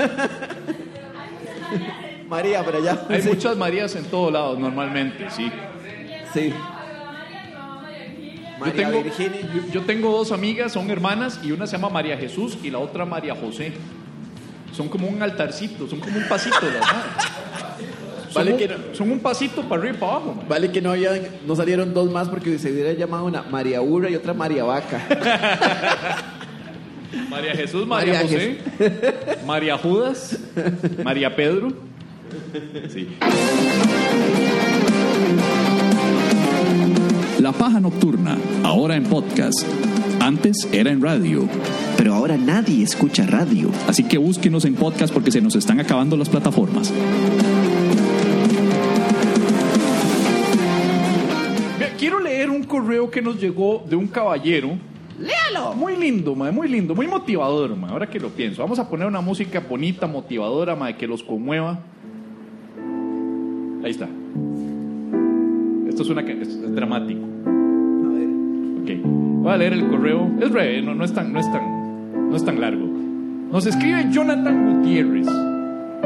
Speaker 2: María por allá.
Speaker 1: Hay
Speaker 2: sí. (laughs)
Speaker 1: muchas Marías en todos lados, normalmente, sí.
Speaker 2: Sí.
Speaker 1: Yo
Speaker 2: María
Speaker 1: tengo,
Speaker 2: Virginia.
Speaker 1: yo- yo tengo dos amigas, son hermanas, y una se llama María Jesús y la otra María José. Son como un altarcito, son como un pasito las (laughs) madres. Son,
Speaker 2: Vale
Speaker 1: un,
Speaker 2: que no-
Speaker 1: son un pasito para arriba y para abajo, mae.
Speaker 2: Vale que no había, no salieron dos más porque se hubiera llamado una María Ura y otra María Vaca.
Speaker 1: (laughs) María Jesús, María,
Speaker 2: María
Speaker 1: José, (laughs) María Judas, María Pedro. Sí.
Speaker 8: La paja nocturna, ahora en podcast. Antes era en radio.
Speaker 4: Pero ahora nadie escucha radio.
Speaker 8: Así que búsquenos en podcast porque se nos están acabando las plataformas.
Speaker 1: Vea, Quiero leer un correo que nos llegó de un caballero. ¡Léalo! Muy lindo, mae, muy lindo, muy motivador, mae, ahora que lo pienso. Vamos a poner una música bonita, motivadora, mae, que los conmueva. Ahí está. Esto es, una, ca- es- es dramático. Ok. Voy a leer el correo. Es breve, no, no es, tan, no, es tan, no es tan largo. Nos escribe Jonathan Gutiérrez.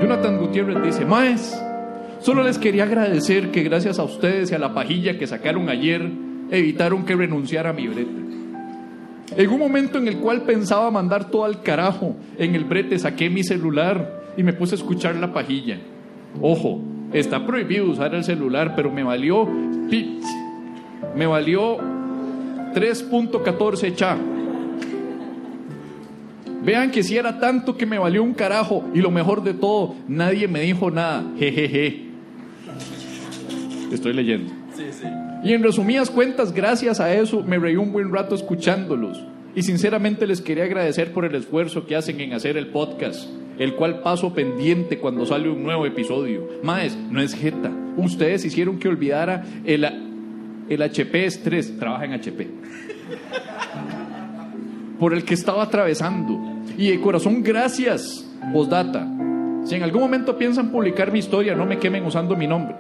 Speaker 1: Jonathan Gutiérrez dice, Maes, solo les quería agradecer que gracias a ustedes y a la pajilla que sacaron ayer, evitaron que renunciara a mi brete. En un momento en el cual pensaba mandar todo al carajo, en el brete saqué mi celular y me puse a escuchar la pajilla. Ojo, está prohibido usar el celular, pero me valió... pi- Me valió 3.14 cha. Vean que si era tanto que me valió un carajo y lo mejor de todo, nadie me dijo nada. Jejeje. Estoy leyendo. Y en resumidas cuentas, gracias a eso, me reí un buen rato escuchándolos. Y sinceramente les quería agradecer por el esfuerzo que hacen en hacer el podcast, el cual paso pendiente cuando sale un nuevo episodio. Maes, no es jeta. Ustedes hicieron que olvidara el, a- el HP estrés. Trabaja en HP por el que estaba atravesando. Y de corazón, gracias, Vosdata. Si en algún momento piensan publicar mi historia, no me quemen usando mi nombre.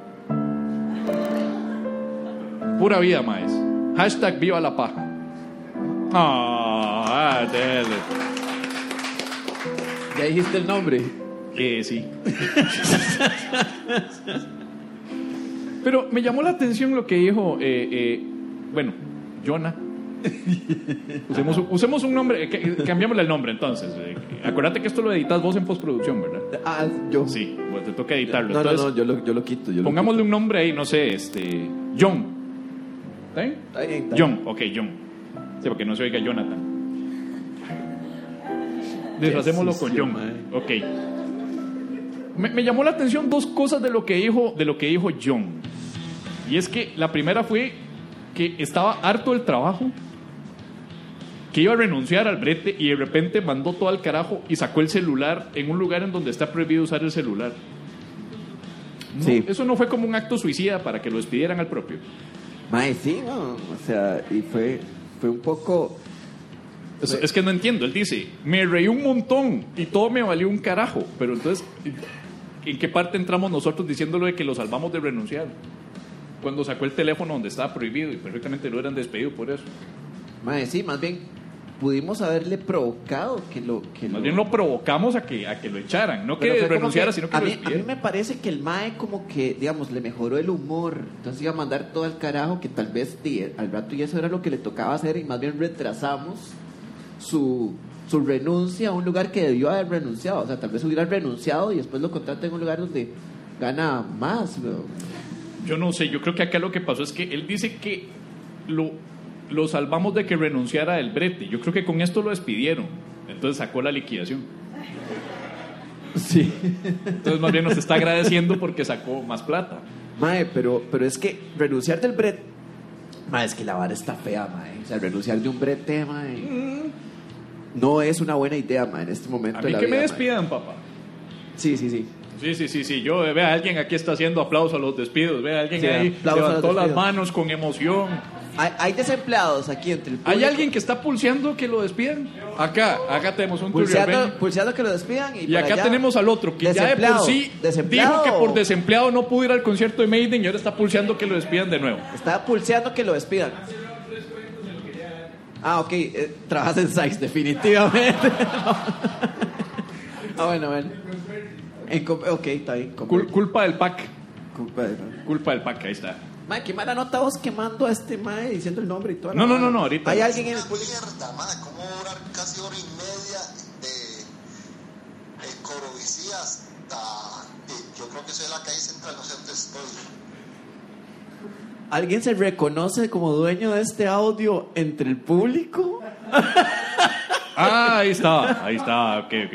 Speaker 1: Pura vida, maes. Hashtag viva la paja. Ah, ah, dele.
Speaker 2: ¿Ya dijiste el nombre?
Speaker 1: Eh, sí. (laughs) Pero me llamó la atención lo que dijo, eh, eh, bueno, Jonah. Usemos, un- usemos un nombre, eh, que- cambiémosle el nombre entonces. eh, acuérdate que esto lo editas vos en postproducción, ¿verdad?
Speaker 2: Ah, yo.
Speaker 1: Sí, bueno, te toca editarlo.
Speaker 2: No, no,
Speaker 1: entonces,
Speaker 2: no, yo lo, yo lo quito. Yo lo
Speaker 1: pongámosle un nombre ahí, no sé, este. John. ¿Está bien?
Speaker 2: quito. Está bien, está bien.
Speaker 1: John, ok, John. Sí, porque no se oiga Jonathan. Deshacémoslo con
Speaker 2: sucio,
Speaker 1: John.
Speaker 2: madre.
Speaker 1: Ok. Me, me llamó la atención dos cosas de lo que dijo, de lo que dijo John. Y es que la primera fue que estaba harto del trabajo que iba a renunciar al brete y de repente mandó todo al carajo y sacó el celular en un lugar en donde está prohibido usar el celular. No,
Speaker 2: Sí.
Speaker 1: Eso no fue como un acto suicida para que lo despidieran al propio.
Speaker 2: Mae, sí, no, o sea, y fue, fue un poco...
Speaker 1: Es, es que no entiendo. Él dice, me reí un montón y todo me valió un carajo. Pero entonces, ¿en qué parte entramos nosotros diciéndolo de que lo salvamos de renunciar? Cuando sacó el teléfono donde estaba prohibido y perfectamente lo hubieran despedido por eso.
Speaker 2: Mae, sí, más bien pudimos haberle provocado que lo... Que
Speaker 1: Más bien lo provocamos a que, a que lo echaran. No que
Speaker 2: fue como
Speaker 1: renunciara,
Speaker 2: que
Speaker 1: sino que
Speaker 2: a
Speaker 1: lo
Speaker 2: mí, a mí
Speaker 1: despidieran.
Speaker 2: me parece que el Mae como que, digamos, le mejoró el humor. Entonces iba a mandar todo al carajo que tal vez di, al rato y eso era lo que le tocaba hacer y más bien retrasamos su, su renuncia a un lugar que debió haber renunciado. O sea, tal vez hubiera renunciado y después lo contrata en un lugar donde gana más. weón.
Speaker 1: Yo no sé, yo creo que acá lo que pasó es que él dice que lo, lo salvamos de que renunciara del brete. Yo creo que con esto lo despidieron. Entonces sacó la liquidación.
Speaker 2: Sí.
Speaker 1: Entonces más bien nos está agradeciendo porque sacó más plata.
Speaker 2: Mae, pero, pero es que renunciar del brete... Mae, es que la vara está fea, mae. O sea, renunciar de un brete, mae. No es una buena idea, mae, en este momento
Speaker 1: Mm. A
Speaker 2: de
Speaker 1: mí
Speaker 2: la
Speaker 1: que me
Speaker 2: vida, mae.
Speaker 1: despidan, papá.
Speaker 2: Sí, sí, sí.
Speaker 1: Sí, sí, sí, sí. Yo eh, vea alguien aquí está haciendo aplauso a los despidos. Vea alguien
Speaker 2: Sí,
Speaker 1: ahí
Speaker 2: aplauso a los
Speaker 1: levantó las
Speaker 2: despidos.
Speaker 1: manos con emoción.
Speaker 2: Hay, hay desempleados aquí entre el público.
Speaker 1: ¿Hay alguien que está pulseando que lo despidan? Acá, acá tenemos un turrialbeño.
Speaker 2: pulseando, pulseando que lo despidan y,
Speaker 1: Y acá tenemos al otro que ya de por sí dijo que por desempleado no pudo ir al concierto de Maiden y ahora está pulseando que lo despidan de nuevo.
Speaker 2: Está pulseando que lo despidan. Ah, ok. eh, trabajas en Sykes, definitivamente. (laughs) ah, bueno, bueno. En Com- ok, está bien. Com-
Speaker 1: Cul- culpa del PAC.
Speaker 2: Culpa de-
Speaker 1: Culpa del PAC, ahí está.
Speaker 2: Mae, qué mala nota vos quemando a este mae diciendo el nombre y todo.
Speaker 1: No, no, no, no, ahorita.
Speaker 2: Hay alguien en el público.
Speaker 9: mierda, madre, cómo durar casi hora y media de, de Corovisía hasta, de- yo creo que soy la calle central, no sé dónde estoy.
Speaker 2: ¿Alguien se reconoce como dueño de este audio entre el público?
Speaker 1: Ah, ahí está, ahí está, ok, ok.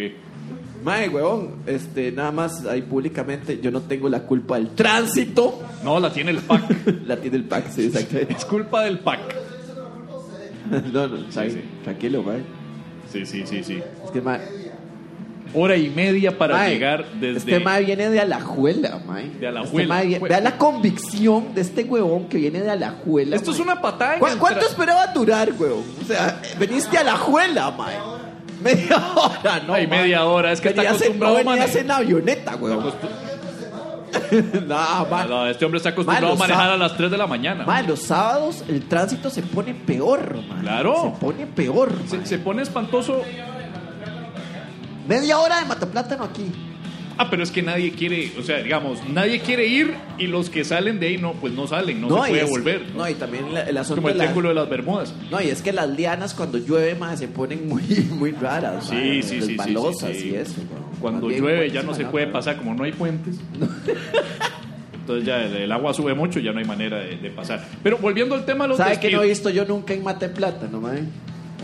Speaker 2: Mae, huevón, este, nada más ahí públicamente, yo no tengo la culpa del tránsito. (laughs)
Speaker 1: No, la tiene el PAC. (laughs)
Speaker 2: La tiene el PAC, sí, exacto. (laughs)
Speaker 1: Es culpa del PAC.
Speaker 2: No, no,
Speaker 1: Sí, sí.
Speaker 2: tranquilo, mae.
Speaker 1: Sí, sí, sí, sí.
Speaker 2: Es que, mae,
Speaker 1: Hora y media para
Speaker 2: Este mae,
Speaker 1: llegar desde...
Speaker 2: Este mae viene de Alajuela, mae.
Speaker 1: De Alajuela.
Speaker 2: Este mae viene- vea la convicción de este huevón que viene de Alajuela.
Speaker 1: Esto es
Speaker 2: mae.
Speaker 1: una patada en
Speaker 2: ¿Cu-
Speaker 1: el
Speaker 2: ¿Cuánto
Speaker 1: tra-
Speaker 2: esperaba durar, huevón? O sea, veniste a Alajuela, mae. Media hora, no.
Speaker 1: Ay,
Speaker 2: mae.
Speaker 1: media hora, es que está
Speaker 2: Venías en-
Speaker 1: acostumbrado,
Speaker 2: no venías
Speaker 1: mae.
Speaker 2: en avioneta, huevón. (laughs) Nah, mae.
Speaker 1: No, este hombre está acostumbrado
Speaker 2: Mae,
Speaker 1: a manejar
Speaker 2: lo
Speaker 1: a las 3 de la mañana.
Speaker 2: Ma, los sábados el tránsito se pone peor, man.
Speaker 1: Claro.
Speaker 2: Se pone peor.
Speaker 1: Se,
Speaker 2: ma.
Speaker 1: se pone espantoso.
Speaker 2: Media hora de Mataplátano aquí.
Speaker 1: Ah, pero es que nadie quiere, o sea, digamos, nadie quiere ir y los que salen de ahí no, pues no salen, no, se
Speaker 2: y
Speaker 1: puede
Speaker 2: es-
Speaker 1: volver.
Speaker 2: No, y también la- el asunto
Speaker 1: Como el
Speaker 2: de la-
Speaker 1: triángulo de las Bermudas.
Speaker 2: No, y es que las lianas cuando llueve, más se ponen muy, (laughs) muy raras.
Speaker 1: Sí,
Speaker 2: ma,
Speaker 1: sí, sí, sí, sí,
Speaker 2: resbalosas
Speaker 1: sí.
Speaker 2: y eso, pues, ma.
Speaker 1: Cuando
Speaker 2: Más bien,
Speaker 1: llueve ya no
Speaker 2: buenísima
Speaker 1: se
Speaker 2: nota,
Speaker 1: puede
Speaker 2: ma.
Speaker 1: pasar, como no hay
Speaker 2: (laughs)
Speaker 1: puentes. Entonces ya el, el agua sube mucho, ya no hay manera de, de pasar. Pero volviendo al tema de los
Speaker 2: ¿Sabes qué no
Speaker 1: despidos,
Speaker 2: he visto yo nunca en mata de plátano, man?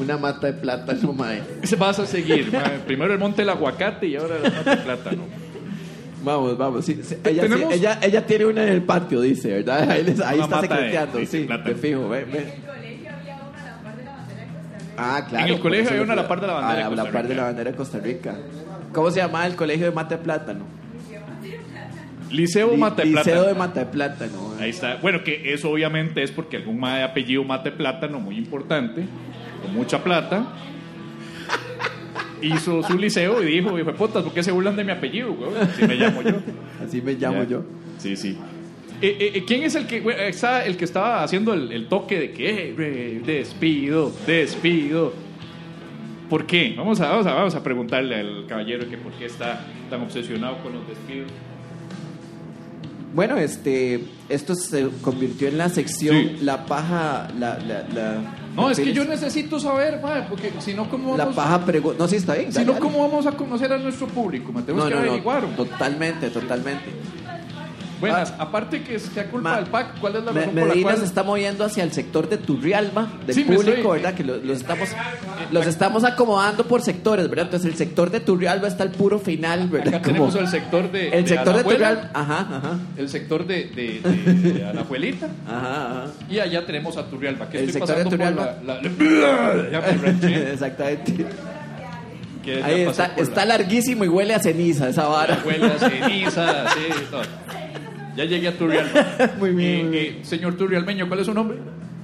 Speaker 2: Una mata de plátano, man.
Speaker 1: se vas a seguir. (laughs) mae. Primero el monte del aguacate y ahora el monte del plátano.
Speaker 2: Vamos, vamos. sí, sí, ella, sí,
Speaker 1: Tenemos-
Speaker 2: ella, ella tiene una en el patio, dice, ¿verdad? (laughs) Ahí, les- ahí
Speaker 1: Una
Speaker 2: está
Speaker 1: mata de-
Speaker 2: secreteando,
Speaker 1: sí,
Speaker 2: sí,
Speaker 1: de plátano.
Speaker 2: te fijo, ve,
Speaker 3: En
Speaker 2: ve.
Speaker 3: el colegio había una a la par de la bandera de Costa Rica.
Speaker 2: Ah, claro.
Speaker 1: En el
Speaker 2: por
Speaker 1: colegio
Speaker 2: eso
Speaker 1: había
Speaker 2: yo
Speaker 1: una a la
Speaker 2: fui
Speaker 1: par de la bandera
Speaker 2: A
Speaker 1: de
Speaker 2: la,
Speaker 1: Costa
Speaker 2: par de
Speaker 1: Rica.
Speaker 2: la bandera de Costa Rica. ¿Cómo se llamaba el colegio de Mata de Plátano?
Speaker 1: Liceo
Speaker 2: Li-
Speaker 1: Mata de
Speaker 2: Liceo
Speaker 1: Plátano.
Speaker 2: de Mata de eh. Plátano.
Speaker 1: Ahí está. Bueno, que eso obviamente es porque algún mae de apellido mate plátano muy importante, con mucha plata, hizo su liceo y dijo, hijo de putas, ¿por qué se burlan de mi apellido, weón? Así me llamo yo.
Speaker 2: Así me llamo
Speaker 1: Ya.
Speaker 2: yo.
Speaker 1: Sí, sí. Eh, eh, eh, ¿Quién es el que, bueno, está el que estaba haciendo el, el toque de que eh, re- despido, despido? ¿Por qué? Vamos a, vamos, a, vamos a preguntarle al caballero que por qué está tan obsesionado con los despidos.
Speaker 2: Bueno, este, esto se convirtió en la sección
Speaker 1: Sí.
Speaker 2: La Paja... La, la, la-
Speaker 1: No,
Speaker 2: la
Speaker 1: es que
Speaker 2: fines-
Speaker 1: yo necesito saber, mae, porque si no, ¿cómo
Speaker 2: La
Speaker 1: vamos-
Speaker 2: Paja Pregunta... No, sí, está bien.
Speaker 1: Si no,
Speaker 2: dale,
Speaker 1: ¿cómo vamos a conocer a nuestro público? Me
Speaker 2: dale.
Speaker 1: tenemos que
Speaker 2: No, no, no,
Speaker 1: averiguar.
Speaker 2: Totalmente, totalmente.
Speaker 1: Bueno, aparte que sea culpa
Speaker 2: Ma-
Speaker 1: del PAC, ¿cuál es la
Speaker 2: Me-
Speaker 1: razón por la
Speaker 2: Medina
Speaker 1: cual
Speaker 2: se está moviendo hacia el sector de Turrialba, del
Speaker 1: Sí, me
Speaker 2: público,
Speaker 1: estoy-
Speaker 2: ¿verdad? Que lo- los, estamos, los estamos acomodando por sectores, ¿verdad? Entonces el sector de Turrialba está al puro final, ¿verdad?
Speaker 1: acá
Speaker 2: Como-
Speaker 1: tenemos el sector de
Speaker 2: el sector de
Speaker 1: Alajuela,
Speaker 2: Turrialba. Ajá, ajá.
Speaker 1: el sector de, de, de-
Speaker 2: (laughs)
Speaker 1: de Alajuelita
Speaker 2: Ajá, ajá.
Speaker 1: y allá tenemos a Turrialba, que
Speaker 2: El
Speaker 1: estoy
Speaker 2: sector de
Speaker 1: pasando por
Speaker 2: Turrialba.
Speaker 1: la, la- (laughs) ya me ranché,
Speaker 2: (laughs) Exactamente.
Speaker 1: que ya
Speaker 2: Ahí
Speaker 1: pasé
Speaker 2: está,
Speaker 1: por
Speaker 2: está
Speaker 1: la,
Speaker 2: larguísimo y huele a ceniza esa vara.
Speaker 1: Alajuela, ceniza, sí, todo. Ya llegué a Turrialba.
Speaker 2: (laughs) Muy bien,
Speaker 1: Eh,
Speaker 2: muy
Speaker 1: eh, señor Turrialmeño, ¿cuál es su nombre?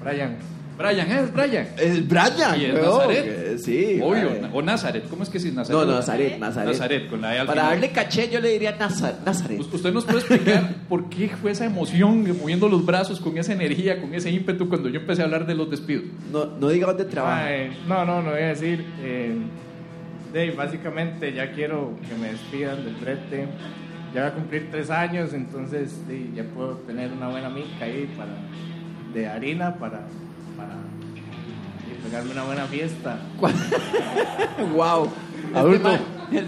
Speaker 1: Brian. Brian, ¿es Brian?
Speaker 2: (laughs) El Brian,
Speaker 1: Y el
Speaker 2: weón,
Speaker 1: Nazaret.
Speaker 2: Ah, que- Sí.
Speaker 1: Obvio,
Speaker 2: madre.
Speaker 1: o Nazaret, ¿cómo es que sí Nazaret?
Speaker 2: No, no, Nazaret, Nazaret.
Speaker 1: Nazaret, con la E al
Speaker 2: Para
Speaker 1: final.
Speaker 2: darle caché yo le diría Nazar- Nazaret.
Speaker 1: Pues, ¿Usted nos puede
Speaker 2: (laughs)
Speaker 1: explicar por qué fue esa emoción moviendo los brazos con esa energía, con ese ímpetu cuando yo empecé a hablar de los despidos?
Speaker 2: No, no diga dónde trabaja.
Speaker 6: Mae, no, no, no voy a decir. eh, de, básicamente ya quiero que me despidan del brete. Ya voy a cumplir tres años, entonces de, ya puedo tener una buena mica ahí para, de harina para, para y pegarme una buena fiesta.
Speaker 2: Wow.
Speaker 1: Adulto.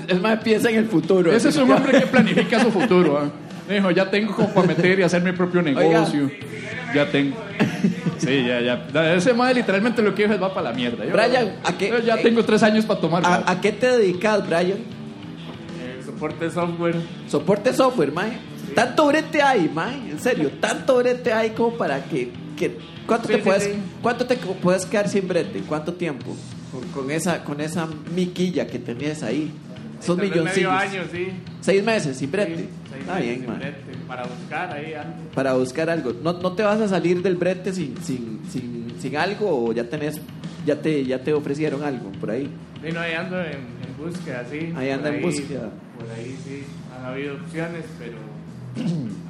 Speaker 2: Es más, piensa en el futuro.
Speaker 1: Ese es un hombre que planifica su futuro. ¿ah? Dijo, ya tengo como para meter y hacer mi propio negocio. Ya tengo. Sí, ya, ya. Da- Ese madre literalmente lo que dijo es va para la mierda. Yo-
Speaker 2: Brian, ¿a qué-
Speaker 1: yo ya
Speaker 2: eh,
Speaker 1: tengo tres años para tomar.
Speaker 2: ¿A, a qué te dedicas, Brian?
Speaker 6: El soporte software.
Speaker 2: Soporte software, mae. Tanto brete hay, mae. En serio, tanto brete hay como para que. que- ¿cuánto,
Speaker 6: Sí,
Speaker 2: te
Speaker 6: sí,
Speaker 2: puedes,
Speaker 6: sí.
Speaker 2: ¿Cuánto te co- puedes quedar sin brete? ¿Cuánto tiempo? Con, con esa, con esa miquilla que tenías ahí. Son
Speaker 6: Tal vez medio
Speaker 2: milloncillos.
Speaker 6: año, sí.
Speaker 2: Seis meses sin brete.
Speaker 6: Sí, seis
Speaker 2: Está
Speaker 6: meses
Speaker 2: bien,
Speaker 6: de
Speaker 2: mae.
Speaker 6: brete Para buscar ahí algo.
Speaker 2: Para buscar algo. ¿No, no te vas a salir del brete sin, sin, sin, sin algo o ya tenés. Ya te, ya te ofrecieron algo por ahí.
Speaker 6: Sí, no, ahí ando en, en búsqueda, sí.
Speaker 2: Ahí anda
Speaker 6: Por
Speaker 2: en búsqueda.
Speaker 6: Por ahí sí, han habido opciones,
Speaker 2: (clears throat)
Speaker 6: pero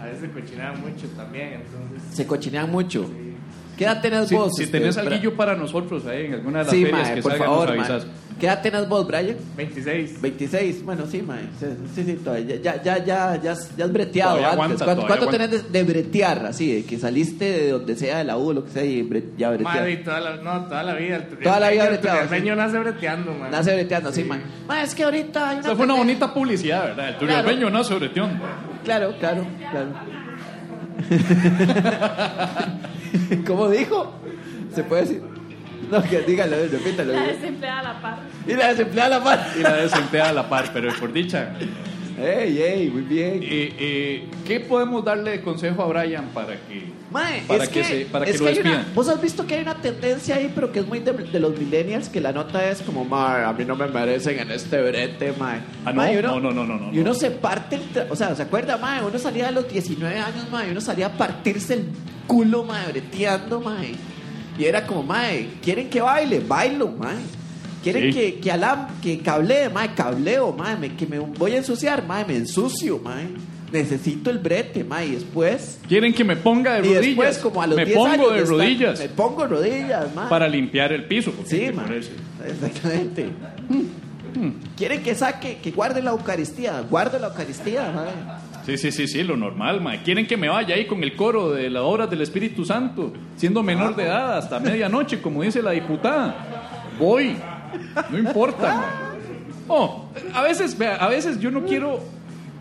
Speaker 6: a veces cochinaban mucho también, entonces.
Speaker 2: Se cochinean mucho.
Speaker 6: sí.
Speaker 2: ¿Qué edad tenés
Speaker 1: Si,
Speaker 2: vos?
Speaker 1: si
Speaker 2: este,
Speaker 1: tenés
Speaker 2: Bra-
Speaker 1: alguillo para nosotros ahí en alguna de las
Speaker 2: Sí,
Speaker 1: ferias
Speaker 2: mae,
Speaker 1: que
Speaker 2: por
Speaker 1: salgan,
Speaker 2: favor,
Speaker 1: nos
Speaker 2: mae.
Speaker 1: avisas.
Speaker 2: ¿Qué edad tenés vos, Brian?
Speaker 6: 26.
Speaker 2: 26, bueno, sí, mae. Sí, sí, sí, todavía. Ya, ya, ya, ya, has- ya has breteado
Speaker 1: Todavía
Speaker 2: antes.
Speaker 1: aguanta,
Speaker 2: ¿Cuánto,
Speaker 1: todavía
Speaker 2: cuánto tenés de, de bretear, así, de que saliste de donde sea, de la U, lo que sea, y bre- ya
Speaker 6: Madre,
Speaker 2: breteaste?
Speaker 6: toda la, no, toda la vida. El
Speaker 2: Toda la vida
Speaker 6: turrialbeño-
Speaker 2: breteado,
Speaker 6: El turrialbeño nace breteando, man.
Speaker 2: Nace breteando, sí, mae. Mae, es que ahorita hay una...
Speaker 1: Esa fue una bonita publicidad, ¿verdad? El turrialbeño, ¿no? Sobre Tion.
Speaker 2: Claro, claro, claro. (laughs) ¿Cómo dijo? ¿Se puede decir? No, que dígalo, repítalo.
Speaker 3: La desempleada a la par.
Speaker 2: Y la desempleada la parte.
Speaker 1: Y la desempleada a la par, pero por dicha.
Speaker 2: Ey, ey, muy bien.
Speaker 1: Eh, eh, ¿Qué podemos darle de consejo a Brian para que,
Speaker 2: Mae,
Speaker 1: para
Speaker 2: es
Speaker 1: que,
Speaker 2: que,
Speaker 1: se- para que
Speaker 2: es
Speaker 1: lo
Speaker 2: hay una-
Speaker 1: despidan?
Speaker 2: Vos has visto que hay una tendencia ahí, pero que es muy de, de los millennials, que la nota es como, mae, a mí no me merecen en este brete, mae.
Speaker 1: Ah, no,
Speaker 2: Mae,
Speaker 1: no, no, no, no, no,
Speaker 2: Y uno se parte, el tra- o sea, ¿se acuerda, mae? Uno salía a los 19 años, mae, y uno salía a partirse el culo, mae, breteando, mae. Y era como, mae, ¿quieren que baile? Bailo, mae. ¿Quieren
Speaker 1: Sí.
Speaker 2: que, que, alam, que cable, mae, cableo, mae, me- que me voy a ensuciar, mae, me ensucio, mae. Necesito el brete, mae, y después...
Speaker 1: Quieren que me ponga de
Speaker 2: Y
Speaker 1: rodillas.
Speaker 2: después, como a los
Speaker 1: me
Speaker 2: 10
Speaker 1: pongo
Speaker 2: años
Speaker 1: de
Speaker 2: estar-
Speaker 1: rodillas
Speaker 2: me pongo rodillas, man.
Speaker 1: para limpiar el piso. porque hay
Speaker 2: sí,
Speaker 1: que
Speaker 2: man.
Speaker 1: ponerse.
Speaker 2: Exactamente. Quieren que saque, que guarde la Eucaristía. Guardo la Eucaristía, man.
Speaker 1: Sí, sí, sí, sí, lo normal, ma. Quieren que me vaya ahí con el coro de las obras del Espíritu Santo, siendo menor de edad hasta medianoche, como dice la diputada. Voy, no importa, ma. Oh, a veces, vea, a veces yo no quiero,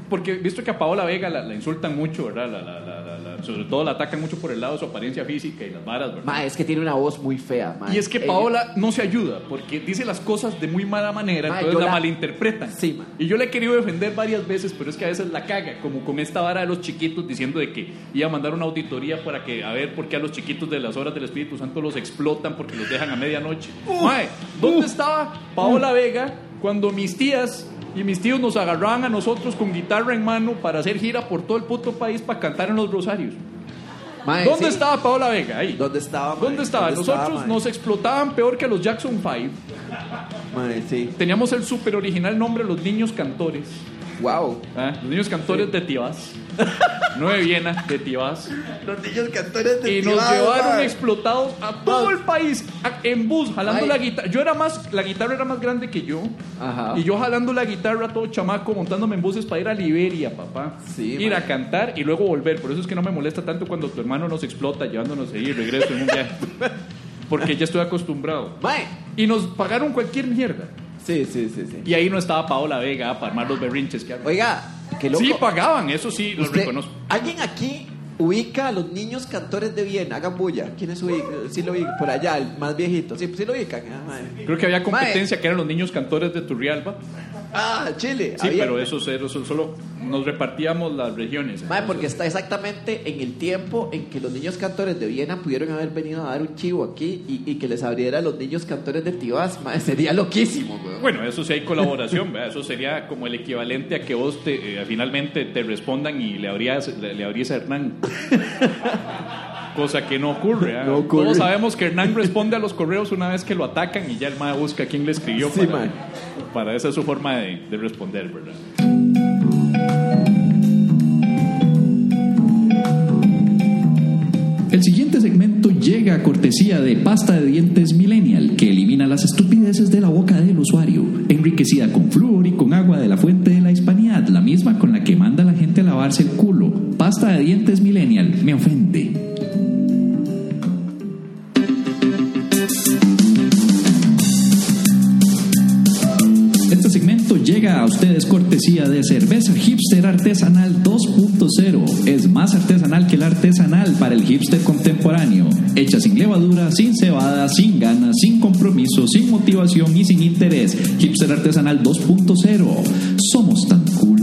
Speaker 1: porque visto que a Paola Vega la, la insultan mucho, ¿verdad? La- la- la- la- la- sobre todo la atacan mucho por el lado de su apariencia física y las varas, ¿verdad?
Speaker 2: Ma, es que tiene una voz muy fea, Eh, man.
Speaker 1: Y es que Paola no se ayuda porque dice las cosas de muy mala manera,
Speaker 2: Mae,
Speaker 1: entonces
Speaker 2: yo
Speaker 1: la,
Speaker 2: la-
Speaker 1: malinterpretan.
Speaker 2: Sí, mae.
Speaker 1: Y yo le he querido defender varias veces, pero es que a veces la caga, como con esta vara de los chiquitos diciendo de que iba a mandar una auditoría para que a ver por qué a los chiquitos de las horas del Espíritu Santo los explotan porque los dejan a medianoche. Mae, ¿dónde estaba Paola Vega cuando mis tías y mis tíos nos agarraban a nosotros con guitarra en mano para hacer gira por todo el puto país para cantar en los rosarios?
Speaker 2: Ma,
Speaker 1: ¿Dónde
Speaker 2: sí.
Speaker 1: estaba Paola Vega? Ahí.
Speaker 2: ¿Dónde estaba, ma?
Speaker 1: ¿Dónde estaba?
Speaker 2: ¿Dónde
Speaker 1: Nosotros
Speaker 2: estaba, ma?
Speaker 1: nos explotaban peor que a los Jackson 5.
Speaker 2: Ma, sí.
Speaker 1: Teníamos el super original nombre Los Niños Cantores.
Speaker 2: Wow.
Speaker 1: ¿ah? Los Niños Cantores de
Speaker 2: (laughs)
Speaker 1: Tibás. no de Viena, de Tibás.
Speaker 2: Los niños cantores
Speaker 1: Y nos llevaron explotados a todo el país a- en bus, jalando
Speaker 2: Ay.
Speaker 1: la guitarra. Yo era más, la guitarra era más grande que yo.
Speaker 2: Ajá.
Speaker 1: Y yo jalando la guitarra, todo chamaco, montándome en buses para ir a Liberia, papá.
Speaker 2: Sí,
Speaker 1: ir a
Speaker 2: man.
Speaker 1: cantar y luego volver. Por eso es que no me molesta tanto cuando tu hermano nos explota llevándonos ahí y regreso en un
Speaker 2: (laughs)
Speaker 1: viaje. Porque ya estoy acostumbrado.
Speaker 2: Mae.
Speaker 1: Y nos pagaron cualquier mierda.
Speaker 2: Sí, sí, sí, sí.
Speaker 1: Y ahí no estaba Paola Vega para armar los berrinches que arma.
Speaker 2: Oiga, qué loco.
Speaker 1: Sí, pagaban, eso sí, lo
Speaker 2: Usted-
Speaker 1: reconozco.
Speaker 2: ¿Alguien aquí ubica a los niños cantores de Viena? Hagan bulla. ¿Quiénes ubican? Sí lo ubican. Por allá, el más viejito. Sí, sí lo ubican. Ah, madre.
Speaker 1: Creo que había competencia que eran los niños cantores de Turrialba.
Speaker 2: Ah, Chile.
Speaker 1: Sí,
Speaker 2: había-
Speaker 1: pero esos, esos solo nos repartíamos las regiones.
Speaker 2: Mae, Ah, porque está exactamente en el tiempo en que los niños cantores de Viena pudieron haber venido a dar un chivo aquí y, y que les abriera a los niños cantores de Tibás, mae, sería loquísimo, weón.
Speaker 1: Bueno, eso sí hay colaboración, ¿verdad? eso sería como el equivalente a que vos te, eh, finalmente te respondan y le abrías, le, le abrías a Hernán. (laughs) Cosa que no ocurre, ¿ah?
Speaker 2: No ocurre.
Speaker 1: Todos sabemos que Hernán responde a los correos una vez que lo atacan y ya el MAE busca quién le escribió.
Speaker 2: Sí,
Speaker 1: para,
Speaker 2: mae.
Speaker 1: para esa es su forma de, de responder, ¿verdad?
Speaker 8: El siguiente segmento llega a cortesía de pasta de dientes Millennial, que elimina las estupideces de la boca del usuario, enriquecida con flúor y con agua de la fuente de la hispanidad, la misma con la que manda la gente a lavarse el culo. Pasta de dientes Millennial, me ofende. Este segmento llega a ustedes cortesía de cerveza hipster artesanal 2.0. Es más artesanal que el artesanal para el hipster contemporáneo. Hecha sin levadura, sin cebada, sin ganas, sin compromiso, sin motivación y sin interés. Hipster artesanal 2.0. Somos tan cool.